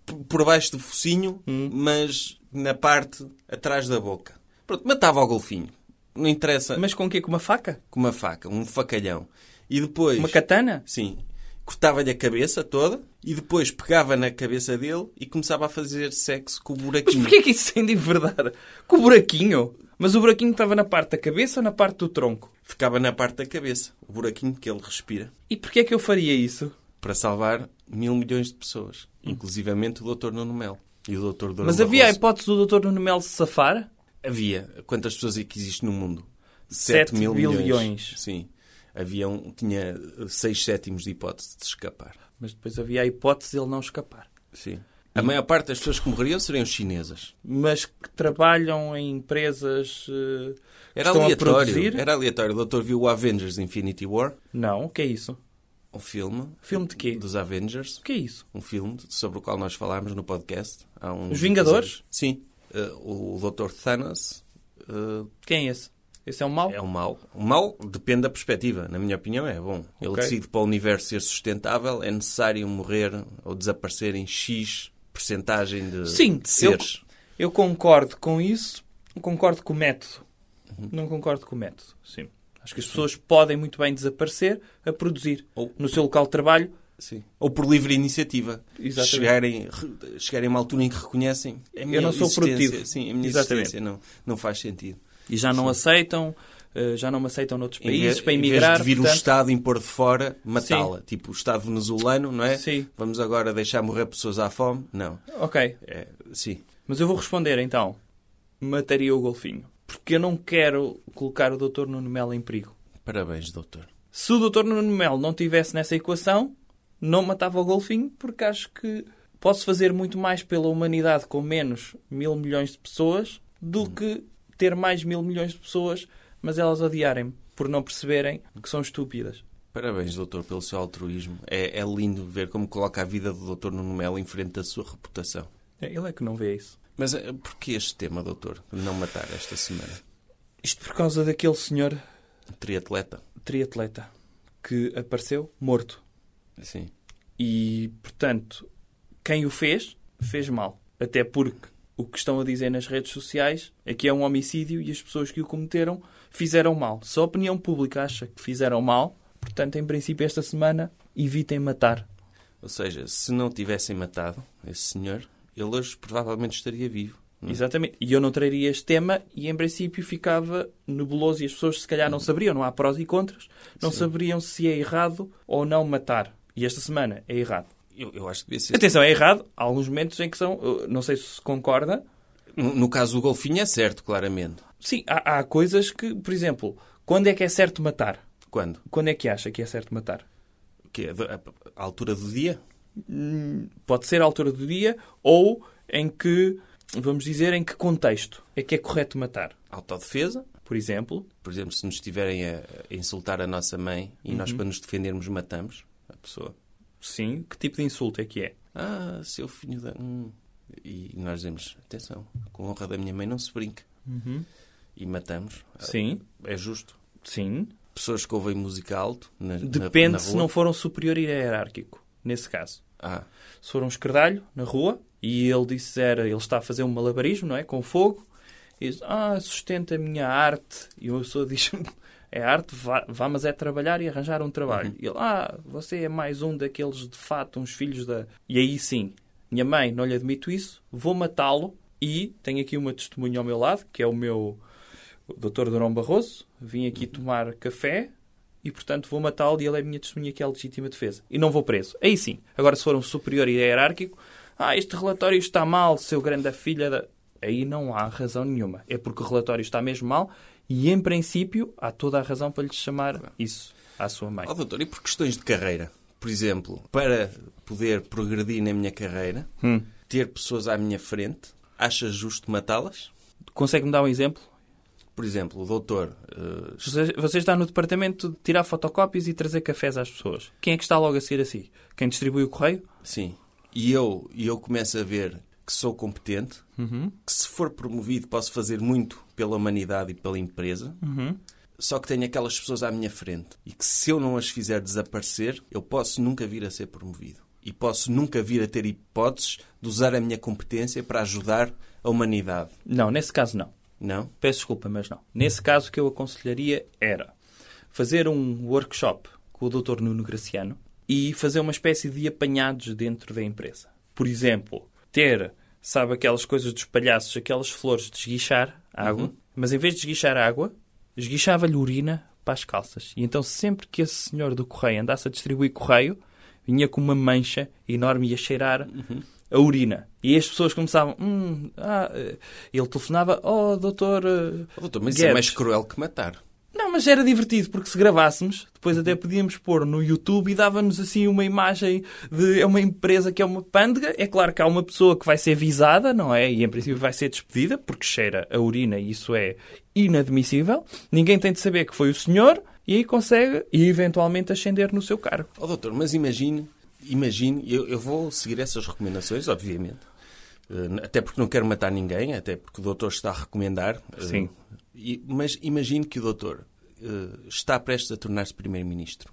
B: p- por baixo do focinho, mas na parte atrás da boca. Pronto, matava o golfinho. Não interessa,
C: Mas com o quê? Com uma faca?
B: com uma faca, um facalhão. E depois...
C: Uma katana?
B: Sim. Cortava-lhe a cabeça toda e depois pegava na cabeça dele e começava a fazer sexo com o
C: Mas
B: buraquinho.
C: porquê que isso sendo verdade? Com o buraquinho? Mas o buraquinho estava na parte da cabeça ou na parte do tronco?
B: Ficava na parte da cabeça, o buraquinho que ele respira,
C: E porquê é que eu faria isso?
B: para salvar mil milhões de pessoas, inclusivamente o Dr. Nuno Melo e o Dr. Durão
C: Mas
B: Barroso.
C: havia a hipótese do Dr. Nuno Melo se safar?
B: Havia. Quantas pessoas é que existem no mundo?
C: Sete
B: Sete
C: bilhões.
B: Sim. Havia um, tinha eh, seis sétimos de hipótese de escapar.
C: Mas depois havia a hipótese de ele não escapar.
B: Sim. A maior parte das pessoas que morreriam seriam chinesas.
C: Mas que trabalham em empresas eh, que
B: Era
C: estão a
B: aleatório.
C: produzir?
B: Era aleatório. O doutor viu o Avengers Infinity War,
C: Não, o que é isso?
B: um filme.
C: Filme de quê?
B: Dos Avengers.
C: O que é isso?
B: Um filme sobre o qual nós falámos no podcast. Há uns
C: Os Vingadores?
B: episódios. Sim. Eh, o doutor Thanos eh,
C: Quem é esse? Esse é um mau?
B: É um mal. O mal depende da perspectiva. Na minha opinião, é bom. Ele
C: Ok.
B: decide para o universo ser sustentável, é necessário morrer ou desaparecer em X percentagem de,
C: Sim,
B: de seres.
C: Eu concordo com isso, concordo com o método.
B: Uhum.
C: Não concordo com o método, sim. Acho que as pessoas podem muito bem desaparecer a produzir
B: Ou-
C: no seu local de trabalho.
B: Sim. Ou por livre iniciativa.
C: Exatamente.
B: Chegarem, re- chegarem a uma altura em que reconhecem. é a minha
C: não sou
B: existência.
C: produtivo.
B: Sim, é a minha
C: Exatamente.
B: existência não, não faz sentido.
C: E já não aceitam, eh, já não me aceitam noutros
B: Em vez-
C: países para
B: em vez
C: emigrar.
B: de vir o
C: portanto,
B: Estado impor de fora, matá-la. Tipo o Estado venezuelano, não é?
C: Sim.
B: Vamos agora deixar morrer pessoas à fome? Não.
C: Ok,
B: É, sim.
C: mas eu vou responder então. Mataria o golfinho. Porque eu não quero colocar o Dr. Nuno Melo em perigo.
B: Parabéns, doutor.
C: Se o Dr. Nuno Melo não tivesse nessa equação, não matava o golfinho, porque acho que posso fazer muito mais pela humanidade com menos mil milhões de pessoas do que ter mais mil milhões de pessoas, mas elas odiarem-me por não perceberem que são estúpidas.
B: Parabéns, doutor, pelo seu altruísmo. É, é lindo ver como coloca a vida do doutor Nuno Melo em frente à sua reputação.
C: É, Ele é que não vê isso.
B: Mas eh, porquê este tema, doutor? de Não matar esta semana.
C: Isto por causa daquele senhor
B: Triatleta.
C: triatleta que apareceu morto.
B: Sim.
C: E, portanto, quem o fez, fez mal. Até porque o que estão a dizer nas redes sociais é que é um homicídio e as pessoas que o cometeram fizeram mal. Se a opinião pública acha que fizeram mal, portanto, em princípio, esta semana, evitem matar.
B: Ou seja, se não tivessem matado esse senhor, ele hoje provavelmente estaria vivo. não é?
C: Exatamente. E eu não traria este tema e, em princípio, ficava nebuloso e as pessoas, se calhar, não saberiam, não há prós e contras, não saberiam se é errado ou não matar. E esta semana é errado.
B: Eu, eu acho que devia ser.
C: Atenção, é errado. Há alguns momentos em que são, eu não sei se concorda,
B: No, no caso do golfinho é certo, claramente.
C: Sim, há, há coisas que, por exemplo, quando é que é certo matar?
B: Quando?
C: Quando é que acha que é certo matar?
B: O quê? A, a altura do dia?
C: Pode ser a altura do dia ou em que, vamos dizer, em que contexto é que é correto matar?
B: Autodefesa?
C: Por exemplo,
B: Por exemplo, se nos estiverem a a insultar a nossa mãe e
C: Uhum.
B: nós, para nos defendermos, matamos a pessoa.
C: sim, que tipo de insulto é que é?
B: Ah, seu filho da. hum. E nós dizemos: atenção, com a honra da minha mãe não se brinca. E matamos.
C: Uhum. Sim,
B: É justo.
C: sim.
B: Pessoas que ouvem música alto. Na, na-
C: Depende
B: na
C: se
B: rua.
C: não for um superior hierárquico, nesse caso.
B: Ah,
C: Se for um escardalho na rua e ele disser, ele está a fazer um malabarismo, não é? Com fogo, e diz, ah, sustenta a minha arte. E uma pessoa diz, é arte, vá, vá, mas é trabalhar e arranjar um trabalho. E ele, ah, você é mais um daqueles de fato, uns filhos da. E aí sim, minha mãe, não lhe admito isso, vou matá-lo e tenho aqui uma testemunha ao meu lado, que é o meu o Dr. Durão Barroso, vim aqui tomar café e, portanto, vou matá-lo e ele é a minha testemunha que é a legítima defesa. E não vou preso. Aí sim. Agora, se for um superior hierárquico, ah, este relatório está mal, seu grande filha da... Aí não há razão nenhuma. É porque o relatório está mesmo mal e, em princípio, há toda a razão para lhe chamar isso à sua mãe.
B: Ó, oh, doutor, e por questões de carreira? Por exemplo, para poder progredir na minha carreira, ter pessoas à minha frente, acha justo matá-las?
C: Consegue-me dar um exemplo?
B: Por exemplo, o doutor. eh,
C: Você, você está no departamento de tirar fotocópias e trazer cafés às pessoas. Quem é que está logo a seguir a si? Quem distribui o correio?
B: Sim. E eu, e eu começo a ver que sou competente, que se for promovido posso fazer muito pela humanidade e pela empresa, só que tenho aquelas pessoas à minha frente e que se eu não as fizer desaparecer, eu posso nunca vir a ser promovido. E posso nunca vir a ter hipóteses de usar a minha competência para ajudar a humanidade.
C: Não, nesse caso não.
B: Não?
C: Peço desculpa, mas não. Nesse caso, o que eu aconselharia era fazer um workshop com o Dr. Nuno Graciano e fazer uma espécie de apanhados dentro da empresa. Por exemplo, ter, sabe, aquelas coisas dos palhaços, aquelas flores de esguichar água. Mas em vez de esguichar água, esguichava-lhe urina para as calças. E então sempre que esse senhor do correio andasse a distribuir correio, vinha com uma mancha enorme e ia cheirar a urina. E as pessoas começavam... Hum, ah, eh", ele telefonava... Oh, doutor... eh,
B: Oh, doutor, mas isso é
C: Guedes."
B: mais cruel que matar.
C: Não, mas era divertido, porque se gravássemos, depois até podíamos pôr no YouTube e dava-nos assim uma imagem de é uma empresa que é uma pândega. É claro que há uma pessoa que vai ser visada, não é? E em princípio vai ser despedida, porque cheira a urina e isso é inadmissível. Ninguém tem de saber que foi o senhor e aí consegue e eventualmente ascender no seu cargo.
B: Oh, doutor, mas imagine, imagine, eu, eu vou seguir essas recomendações, obviamente. Eh, Até porque não quero matar ninguém, até porque o doutor está a recomendar. Eh,
C: Sim.
B: e- mas imagine que o doutor eh, está prestes a tornar-se primeiro-ministro.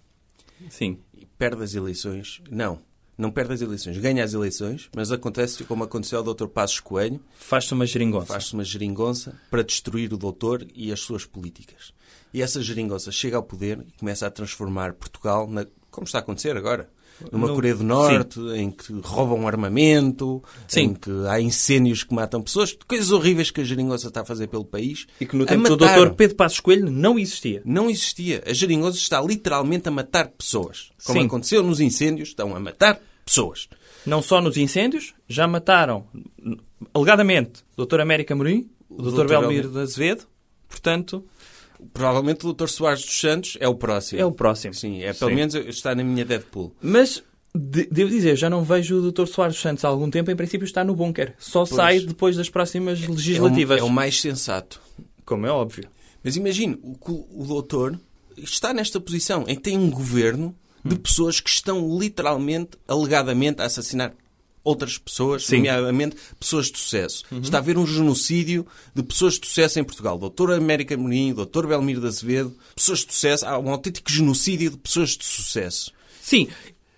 C: Sim.
B: E Perde as eleições. Não, não perde as eleições. Ganha as eleições, mas acontece como aconteceu ao doutor Passos Coelho,
C: Faz-se uma geringonça.
B: faz-se uma geringonça para destruir o doutor e as suas políticas. E essa geringonça chega ao poder e começa a transformar Portugal, na- como está a acontecer agora, numa
C: No-
B: Coreia do Norte, em que roubam armamento,
C: Sim.
B: em que há incêndios que matam pessoas, coisas horríveis que a geringonça está a fazer pelo país.
C: E que no
B: A
C: tempo do
B: mataram.
C: Dr. Pedro Passos Coelho não existia.
B: Não existia. A geringonça está literalmente a matar pessoas. Como
C: Sim.
B: aconteceu nos incêndios, estão a matar pessoas.
C: Não só nos incêndios, já mataram, alegadamente, o Dr. América Morim, o Dr.
B: Dr.
C: Belmiro
B: Belmiro.
C: de Azevedo. Portanto,
B: Provavelmente o Dr. Soares dos Santos é o próximo.
C: é o próximo.
B: Sim, é pelo menos está na minha Deadpool.
C: Mas, de- devo dizer, já não vejo o Dr. Soares dos Santos há algum tempo. Em princípio está no bunker. Só sai depois das próximas legislativas.
B: É o, é o mais sensato.
C: Como é óbvio.
B: Mas imagine, o, que o o doutor está nesta posição em que tem um governo
C: Hum.
B: de pessoas que estão literalmente, alegadamente, a assassinar outras pessoas,
C: Sim. Uhum.
B: nomeadamente pessoas de sucesso. Está a haver um genocídio de pessoas de sucesso em Portugal. Doutor América Morim, doutor Belmiro de Azevedo, pessoas de sucesso. Há um autêntico genocídio de pessoas de sucesso.
C: Sim,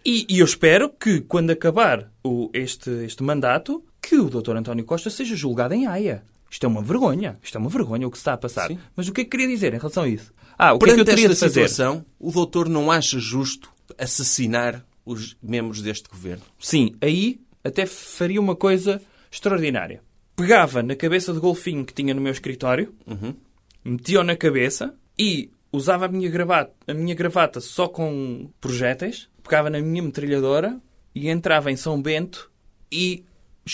C: e, e eu espero que, quando acabar o- este, este mandato, que o Dr. António Costa seja julgado em Haia. Isto é uma vergonha. Isto é uma vergonha o que se está a passar.
B: Sim.
C: Mas o que é que queria dizer em relação a isso? Ah, o que é
B: Perante
C: que eu teria de
B: esta
C: fazer?
B: situação, o doutor não acha justo assassinar os membros deste governo.
C: Sim, aí até faria uma coisa extraordinária. Pegava na cabeça de golfinho que tinha no meu escritório,
B: Uhum.
C: metia-o na cabeça e usava a minha, gravata, a minha gravata só com projéteis, pegava na minha metralhadora e entrava em São Bento e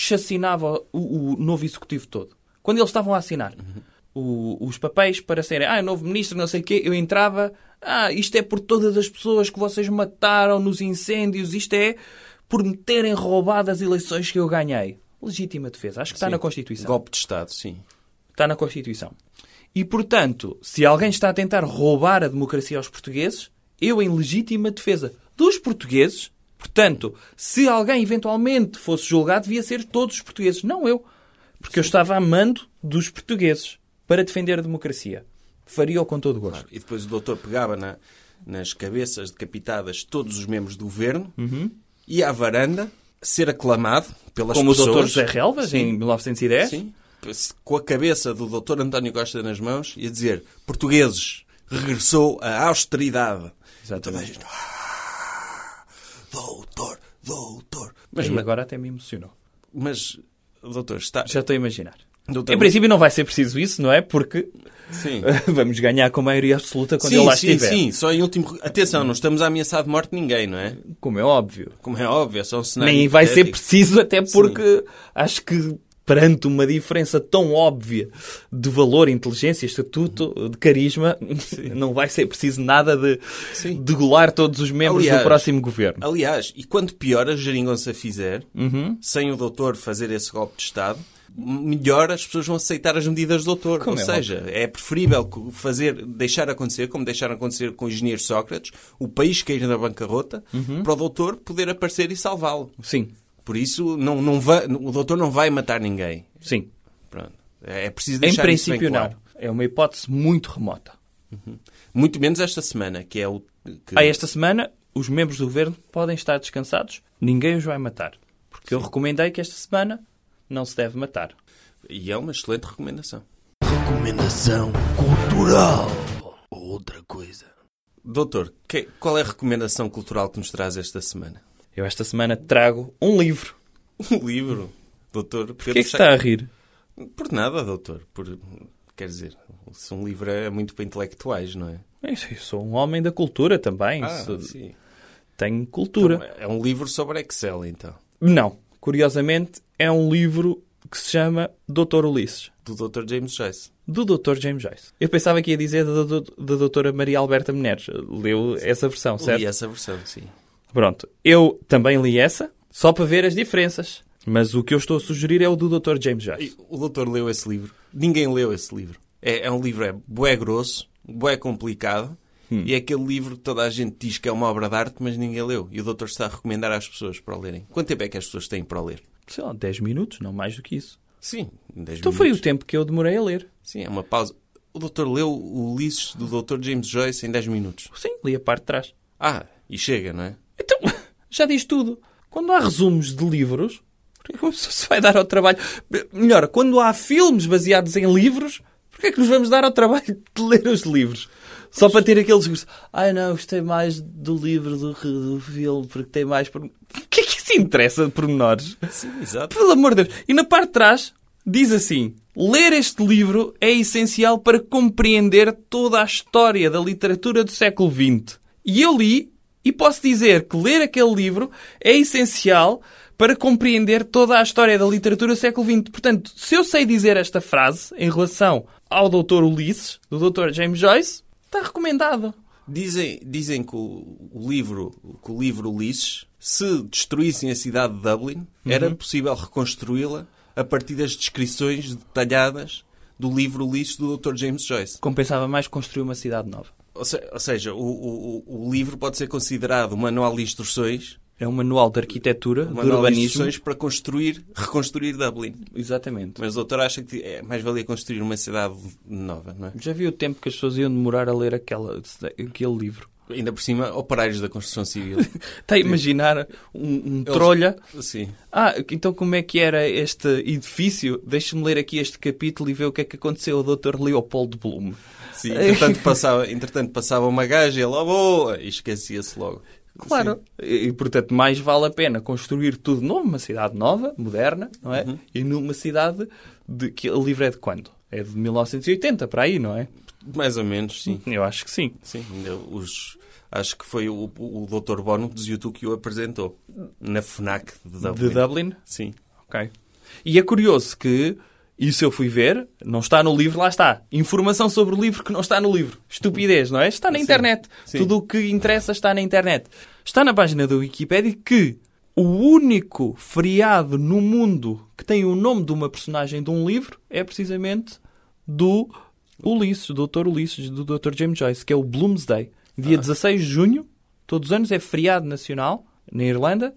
C: chacinava o, o novo executivo todo. Quando eles estavam a assinar o- os papéis para serem, ah, novo ministro, não sei o quê, eu entrava, ah, isto é por todas as pessoas que vocês mataram nos incêndios, isto é por me terem roubado as eleições que eu ganhei. Legítima defesa. Acho que está
B: Sim.
C: na Constituição.
B: Golpe de Estado, sim.
C: Está na Constituição. E, portanto, se alguém está a tentar roubar a democracia aos portugueses, eu, em legítima defesa dos portugueses, portanto, se alguém eventualmente fosse julgado, devia ser todos os portugueses, não eu. Porque eu estava a mando dos portugueses para defender a democracia. Faria-o com todo o gosto.
B: E depois o doutor pegava na- nas cabeças decapitadas de todos os membros do governo, ia à varanda ser aclamado pelas
C: Uhum. Como
B: pessoas.
C: o Dr. José Relvas,
B: Sim.
C: em 1910.
B: Sim. Com a cabeça do doutor António Costa nas mãos e a dizer: Portugueses, regressou a austeridade.
C: Exatamente.
B: E toda a gente, "Ah, doutor, doutor. Mas,
C: Mas agora até me emocionou.
B: mas doutor, está.
C: Já estou a imaginar.
B: doutor,
C: em princípio não vai ser preciso isso, não é? Porque
B: Sim.
C: vamos ganhar com maioria absoluta quando eu
B: Sim,
C: lá
B: sim,
C: estiver.
B: sim, só em último. Atenção, não estamos a ameaçar de morte ninguém, não é?
C: Como é óbvio.
B: Como é óbvio, é só um cenário.
C: Nem vai ser
B: hipotético.
C: preciso, até porque acho que perante uma diferença tão óbvia de valor, inteligência, estatuto, de carisma, não vai ser preciso nada de
B: Sim.
C: degolar todos os membros
B: Aliás,
C: do próximo governo.
B: Aliás, e quanto pior a geringonça fizer,
C: Uhum.
B: sem o doutor fazer esse golpe de Estado, melhor as pessoas vão aceitar as medidas do doutor.
C: Como
B: Ou
C: é
B: seja, é preferível co- fazer, deixar acontecer, como deixaram acontecer com o engenheiro Sócrates, o país cair na bancarrota,
C: Uhum.
B: para o doutor poder aparecer e salvá-lo.
C: Sim,
B: Por isso, não, não va- o doutor não vai matar ninguém.
C: sim.
B: Pronto. É é preciso
C: Em
B: deixar isso bem
C: princípio
B: claro.
C: não. É uma hipótese muito remota.
B: Muito menos esta semana, que é o... que-
C: Ah, esta semana, os membros do governo podem estar descansados, ninguém os vai matar. Porque eu recomendei que esta semana não se deve matar.
B: E é uma excelente recomendação.
A: Recomendação cultural. Outra coisa.
B: Doutor, que- qual é a recomendação cultural que nos traz esta semana?
C: Eu esta semana trago um livro.
B: Um livro, doutor Pedro
C: Porquê é que se
B: Chá-
C: está a rir?
B: Por nada, doutor. Por... quer dizer, se um livro é muito para intelectuais, não é?
C: Eu sou um homem da cultura também. sou-
B: Ah, sim.
C: Tenho cultura.
B: Então, é um livro sobre Excel, então.
C: Não. Curiosamente, é um livro que se chama Doutor Ulisses,
B: Do Dr. James Joyce.
C: do Dr. James Joyce. Eu pensava que ia dizer da, da, da doutora Maria Alberta Menezes. Leu essa versão, certo?
B: Li essa versão, sim.
C: Pronto. Eu também li essa, só para ver as diferenças. Mas o que eu estou a sugerir é o do Dr. James
B: E
C: Joyce.
B: O doutor leu esse livro. Ninguém leu esse livro. É, é um livro, é bué grosso, bué complicado. E é aquele livro que toda a gente diz que é uma obra de arte, mas ninguém leu. E o doutor está a recomendar às pessoas para o lerem. Quanto tempo é que as pessoas têm para o ler?
C: Sei lá, 10 minutos, não mais do que isso.
B: Sim, em 10
C: Então
B: minutos.
C: foi o tempo que eu demorei a ler.
B: Sim, é uma pausa. O doutor leu o Ulisses do doutor James Joyce em 10 minutos.
C: Sim, li a parte de trás.
B: Ah, e chega, não é?
C: Então, já diz tudo. Quando há resumos de livros, porque é que uma pessoa se vai dar ao trabalho? Melhor, quando há filmes baseados em livros, porque é que nos vamos dar ao trabalho de ler os livros? Só para ter aqueles gostos. Ai não, gostei mais do livro do, que do filme, porque tem mais. por- O que é que se interessa de pormenores?
B: Sim, exato.
C: Pelo amor de Deus. E na parte de trás diz assim: ler este livro é essencial para compreender toda a história da literatura do século XX. E eu li e posso dizer que ler aquele livro é essencial para compreender toda a história da literatura do século XX. Portanto, se eu sei dizer esta frase em relação ao Dr. Ulisses, do Dr. James Joyce, está recomendado.
B: Dizem, dizem que, o, o livro, que o livro Ulisses, se destruíssem a cidade de Dublin,
C: Uhum.
B: era possível reconstruí-la a partir das descrições detalhadas do livro Ulisses do Dr. James Joyce.
C: Compensava mais construir uma cidade nova.
B: Ou, se- ou seja, o, o- o- o livro pode ser considerado um manual de instruções,
C: É um manual de arquitetura,
B: um
C: de
B: manual de
C: urbanismo.
B: instruções para construir, reconstruir Dublin.
C: Exatamente.
B: Mas o doutor acha que é mais valia construir uma cidade nova, não é?
C: Já vi o tempo que as pessoas iam demorar a ler aquela, aquele livro.
B: Ainda por cima, operários da construção civil.
C: Está a imaginar um, um trolha.
B: Sim.
C: Ah, então como é que era este edifício? Deixa-me ler aqui este capítulo e ver o que é que aconteceu ao Dr. Leopoldo Bloom.
B: Sim,
C: É.
B: entretanto passava, entretanto passava uma gaja e ele, oh, boa! E esquecia-se logo.
C: Claro. E, e, portanto, mais vale a pena construir tudo novo, uma cidade nova, moderna, não
B: Uhum.
C: é? E numa cidade de que o livro é de quando? É de 1980, para aí, não é?
B: Sim, mais ou menos, sim.
C: Eu acho que sim.
B: sim. Ainda Os, acho que foi o, o Dr. Bono do Ziutu que o apresentou na FNAC de Dublin.
C: De Dublin?
B: Sim.
C: Ok. E é curioso que isso eu fui ver, não está no livro, lá está. Informação sobre o livro que não está no livro. Estupidez, não é? Está na internet.
B: Sim.
C: Tudo o que interessa está na internet. Está na página da Wikipédia que o único feriado no mundo que tem o nome de uma personagem de um livro é precisamente do Ulisses, do Dr. Ulisses, do Dr. James Joyce, que é o Bloomsday.
B: Ah.
C: Dia 16 de junho, todos os anos, é feriado nacional na Irlanda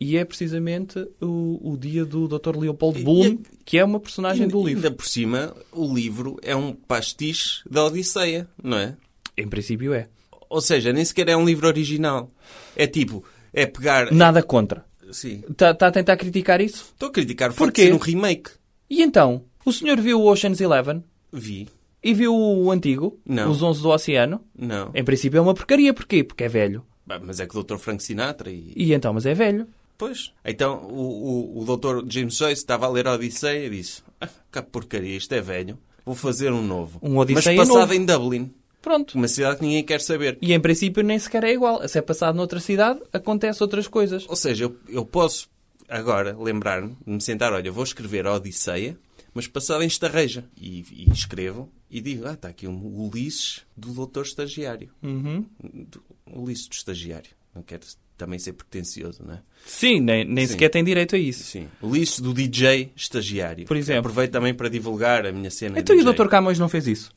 C: e é precisamente o, o dia do Dr. Leopold
B: E-
C: Bloom,
B: e-
C: que é uma personagem do
B: Ainda-
C: livro.
B: Ainda por cima, o livro é um pastiche da Odisseia, não é?
C: Em princípio é.
B: Ou seja, nem sequer é um livro original. É tipo, é pegar.
C: Nada contra.
B: Sim.
C: Está tá a tentar criticar isso?
B: Estou a criticar o facto de
C: Porquê?
B: ser um remake.
C: E então, o senhor viu o Ocean's Eleven
B: Vi.
C: e viu o antigo,
B: Não.
C: Os Onze do Oceano?
B: Não.
C: Em princípio é uma porcaria. Porquê? Porque é velho.
B: Bah, Mas é que o Dr. Frank Sinatra e,
C: E então, mas é velho.
B: Pois. Então o, o, o doutor James Joyce estava a ler a Odisseia e disse: ah, que porcaria, isto é velho, vou fazer um novo.
C: Um Odisseia
B: Mas passado
C: novo.
B: em Dublin,
C: Pronto.
B: uma cidade que ninguém quer saber.
C: E em princípio nem sequer é igual. Se é passado noutra cidade, acontece outras coisas.
B: Ou seja, eu, eu posso agora lembrar-me de me sentar: olha, vou escrever a Odisseia, mas passado em Estarreja. E, e escrevo e digo: ah, está aqui um Ulisses do doutor estagiário.
C: Uhum.
B: Do- Ulisses do estagiário. Não quero também ser pretencioso, não é?
C: Sim, nem, nem
B: Sim.
C: sequer tem direito a isso.
B: Sim. Ulisses do DJ estagiário.
C: Por exemplo.
B: Aproveito também para divulgar a minha cena.
C: Então e o
B: DJ.
C: Dr. Camões não fez isso?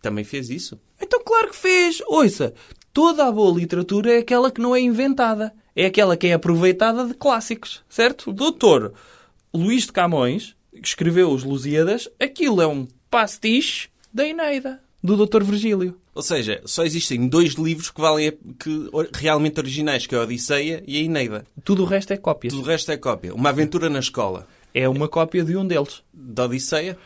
B: Também fez isso.
C: Então, claro que fez. Ouça, toda a boa literatura é aquela que não é inventada. É aquela que é aproveitada de clássicos, certo? O doutor Luís de Camões, que escreveu Os Lusíadas, aquilo é um pastiche da Eneida, do doutor Virgílio.
B: Ou seja, só existem dois livros que valem a- que or- realmente originais, que é a Odisseia e a Eneida.
C: Tudo o resto é cópia.
B: Tudo o resto é cópia. Uma aventura na escola.
C: É uma cópia de um deles.
B: Da Odisseia,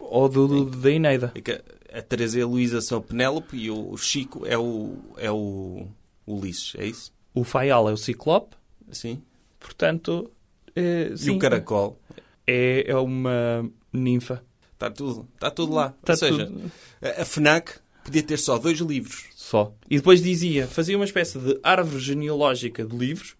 C: Ou do, do- da Eneida.
B: é que a Teresa e a Luísa são Penélope e o Chico é o, é o Ulisses, é isso?
C: O Faial é o Ciclope,
B: Sim.
C: portanto... eh,
B: E
C: sim,
B: o Caracol.
C: É, é uma ninfa.
B: Está Está tudo. Está tudo lá.
C: Está
B: Ou seja,
C: Tá tudo.
B: a- a FNAC podia ter só dois livros.
C: Só. E depois dizia, fazia uma espécie de árvore genealógica de livros,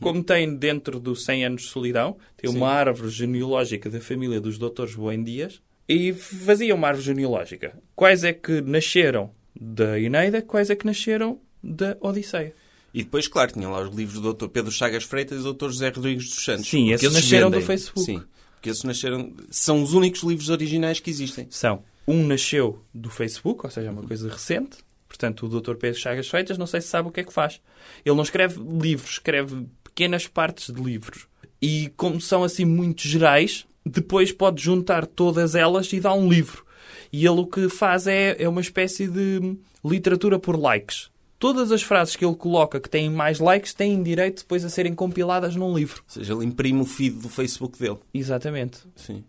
C: como tem dentro do 100 anos de solidão, tem uma árvore genealógica da família dos doutores Buendias, e fazia uma árvore genealógica. Quais é que nasceram da Eneida, quais é que nasceram da Odisseia.
B: E depois, claro, tinha lá os livros do Dr. Pedro Chagas Freitas e do Dr. José Rodrigues dos Santos.
C: Sim,
B: Porque
C: esses nasceram do
B: vendem.
C: Facebook.
B: Sim, porque esses nasceram... São os únicos livros originais que existem.
C: São, um nasceu do Facebook, ou seja, é uma coisa recente, portanto o Dr. Pedro Chagas Freitas não sei se sabe o que é que faz. Ele não escreve livros, escreve pequenas partes de livros. E como são assim muito gerais, depois pode juntar todas elas e dar um livro. E ele o que faz é, é uma espécie de literatura por likes. Todas as frases que ele coloca que têm mais likes têm direito depois a serem compiladas num livro.
B: Ou seja, ele imprime o feed do Facebook dele.
C: Exatamente.
B: Sim.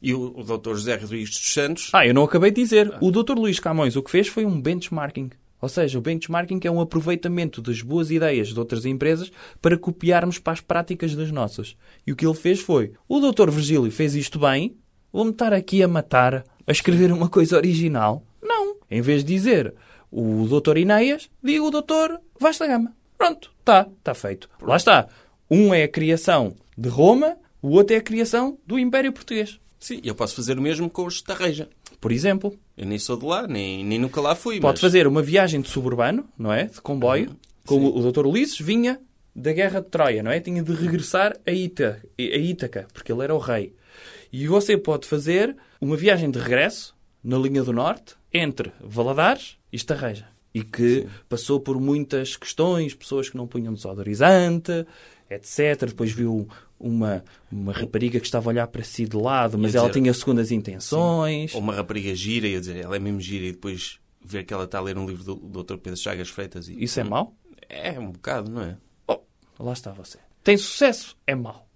B: E o, o Dr. José Rodrigues dos Santos...
C: Ah, eu não acabei de dizer. O Dr. Luís Camões o que fez foi um benchmarking. Ou seja, o benchmarking é um aproveitamento das boas ideias de outras empresas para copiarmos para as práticas das nossas. E o que ele fez foi: o Dr. Virgílio fez isto bem, vou-me estar aqui a matar, a escrever uma coisa original. Não. Em vez de dizer o Dr. Ineias, digo o Dr. Vasta Gama. Pronto, tá, está feito. Lá está. Um é a criação de Roma, o outro é a criação do Império Português.
B: Sim, eu posso fazer o mesmo com os Tarreja.
C: Por exemplo,
B: Eu nem sou de lá, nem, nem nunca lá fui.
C: Pode
B: mas-
C: fazer uma viagem de suburbano, não é? De comboio, como o Dr. Ulisses vinha da Guerra de Troia, não é? Tinha de regressar a, Ita, a Ítaca, porque ele era o rei. E você pode fazer uma viagem de regresso na linha do norte entre Valadares e Estarreja. E que passou por muitas questões, pessoas que não punham desodorizante, etc. Depois viu uma, uma rapariga que estava a olhar para si de lado, mas
B: Ia
C: ela
B: dizer-
C: tinha segundas intenções.
B: Ou uma rapariga gira e eu dizer, ela é mesmo gira e depois ver que ela está a ler um livro do, do Dr. Pedro Chagas Freitas. E...
C: Isso é mau?
B: É um bocado, não é?
C: Oh, lá está você. Tem sucesso, é mau.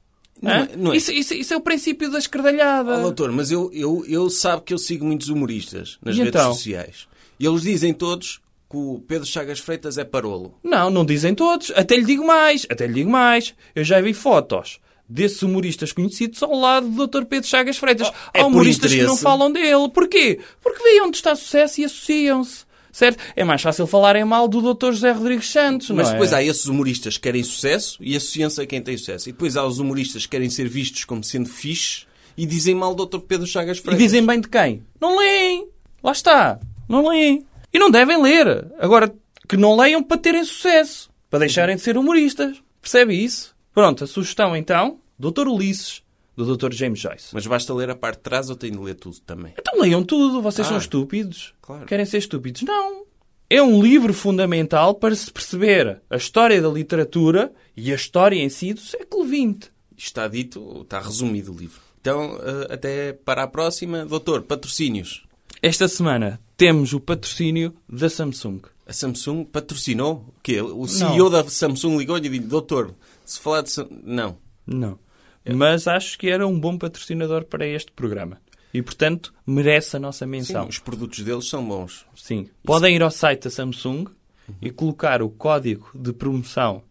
B: Não
C: Hã?
B: é- não é.
C: Isso, isso- isso é o princípio da escardalhada.
B: Oh, doutor, mas eu, eu, eu sabe que eu sigo muitos humoristas nas
C: E
B: redes
C: então?
B: sociais. E eles dizem todos que o Pedro Chagas Freitas é parolo.
C: Não, não dizem todos. Até lhe digo mais, até lhe digo mais. Eu já vi fotos desses humoristas conhecidos ao lado do Dr. Pedro Chagas Freitas.
B: é
C: Há
B: por
C: humoristas que não
B: interesse.
C: falam dele. Porquê? Porque veem onde está sucesso e associam-se. Certo? É mais fácil falarem mal do Dr. José Rodrigues Santos,
B: Mas
C: não é?
B: depois há esses humoristas que querem sucesso e associam-se a é quem tem sucesso. E depois há os humoristas que querem ser vistos como sendo fixe e dizem mal do Dr. Pedro Chagas
C: E
B: Freitas.
C: dizem bem de quem? Não leem. Lá está. Não leem. E não devem ler. Agora, que não leiam para terem sucesso. Para deixarem de ser humoristas. Percebe isso? Pronto, a sugestão então, Dr. Ulisses, do Dr. James Joyce.
B: Mas basta ler a parte de trás ou tenho de ler tudo também?
C: Então leiam tudo. Vocês são
B: Ah,
C: estúpidos.
B: claro.
C: Querem ser estúpidos? Não. É um livro fundamental para se perceber a história da literatura e a história em si do século XX.
B: Está dito, está resumido o livro. Então, eh, até para a próxima. Doutor, patrocínios.
C: Esta semana temos o patrocínio da Samsung.
B: A Samsung patrocinou? O quê? O CEO da Samsung ligou-lhe e disse, doutor, se falar de... Sam- Não.
C: Não.
B: É.
C: Mas acho que era um bom patrocinador para este programa. E, portanto, merece a nossa
B: Sim,
C: menção.
B: os produtos deles são bons.
C: Sim. Podem ir ao site da Samsung
B: Uhum.
C: e colocar o código de promoção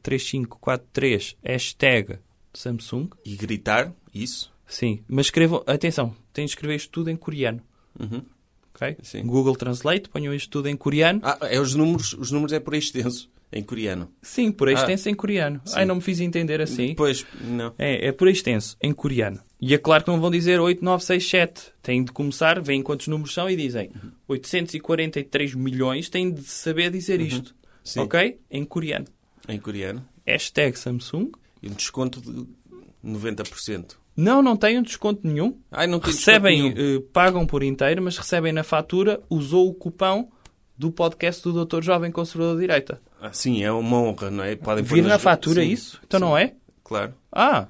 C: 74789823543 hashtag Samsung.
B: E gritar, isso.
C: Sim. Mas escrevam... Atenção, têm de escrever isto tudo em coreano. Ok?
B: Uhum. Sim.
C: Google Translate, ponham isto tudo em coreano.
B: Ah, é os números, os números é por extenso, em coreano.
C: Sim, por aí
B: Ah.
C: extenso em coreano. Ai, não me fiz entender assim.
B: Pois, não.
C: É, é por extenso, em coreano. E é claro que não vão dizer 8967. Têm de começar, veem quantos números são e dizem
B: Uhum.
C: 843 milhões. Têm de saber dizer isto.
B: Uhum. Sim.
C: Ok? Em coreano.
B: Em coreano.
C: Hashtag Samsung.
B: E um desconto de 90%.
C: Não, não têm um desconto nenhum.
B: Ai, não tem desconto
C: Recebem,
B: nenhum.
C: eh, pagam por inteiro, mas recebem na fatura, usou o cupão do podcast do Dr. Jovem Conservador da Direita.
B: Ah, sim, é uma honra, não é? Podem pôr
C: Vir
B: nas-
C: na fatura
B: Sim,
C: isso? Então não é?
B: Claro.
C: Ah,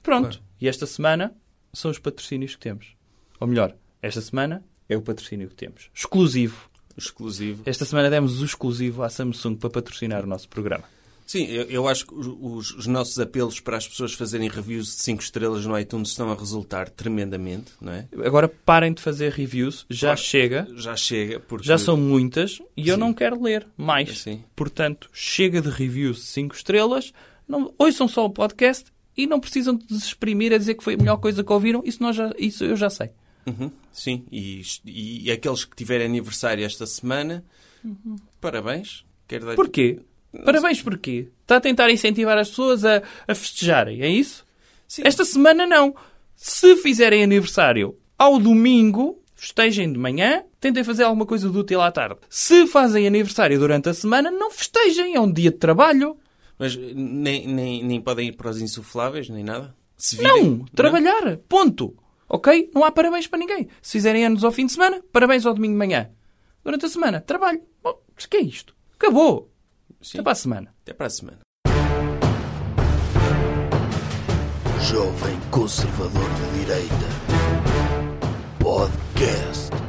C: pronto. E esta semana são os patrocínios que temos. Ou melhor, esta semana é o patrocínio que temos. Exclusivo.
B: Exclusivo.
C: Esta semana demos o exclusivo à Samsung para patrocinar o nosso programa.
B: Sim, eu, eu acho que os, os- os nossos apelos para as pessoas fazerem reviews de 5 estrelas no iTunes estão a resultar tremendamente, não é?
C: Agora parem de fazer reviews, já
B: Claro.
C: chega.
B: Já chega, porque...
C: Já são muitas e eu não quero ler mais.
B: Sim.
C: Portanto, chega de reviews de 5 estrelas. Não, ouçam só o podcast e não precisam de se exprimir a dizer que foi a melhor coisa que ouviram. Isso, nós já, isso eu já sei.
B: Uhum, Sim, e, e aqueles que tiverem aniversário esta semana, parabéns. Quero dar
C: Porquê? Parabéns porquê? Está a tentar incentivar as pessoas a, a festejarem, é isso?
B: Sim.
C: Esta semana não. Se fizerem aniversário ao domingo, festejem de manhã, tentem fazer alguma coisa de útil à tarde. Se fazem aniversário durante a semana, não festejem, é um dia de trabalho.
B: Mas eh, nem, nem, nem podem ir para os insufláveis, nem nada? Se
C: Não,
B: é?
C: trabalhar, ponto. Ok? Não há parabéns para ninguém. Se fizerem anos ao fim de semana, parabéns ao domingo de manhã. Durante a semana, trabalho. Bom, o que é isto? Acabou.
B: Sim.
C: Até para a semana.
B: Até para a semana.
A: Jovem Conservador de Direita. Podcast.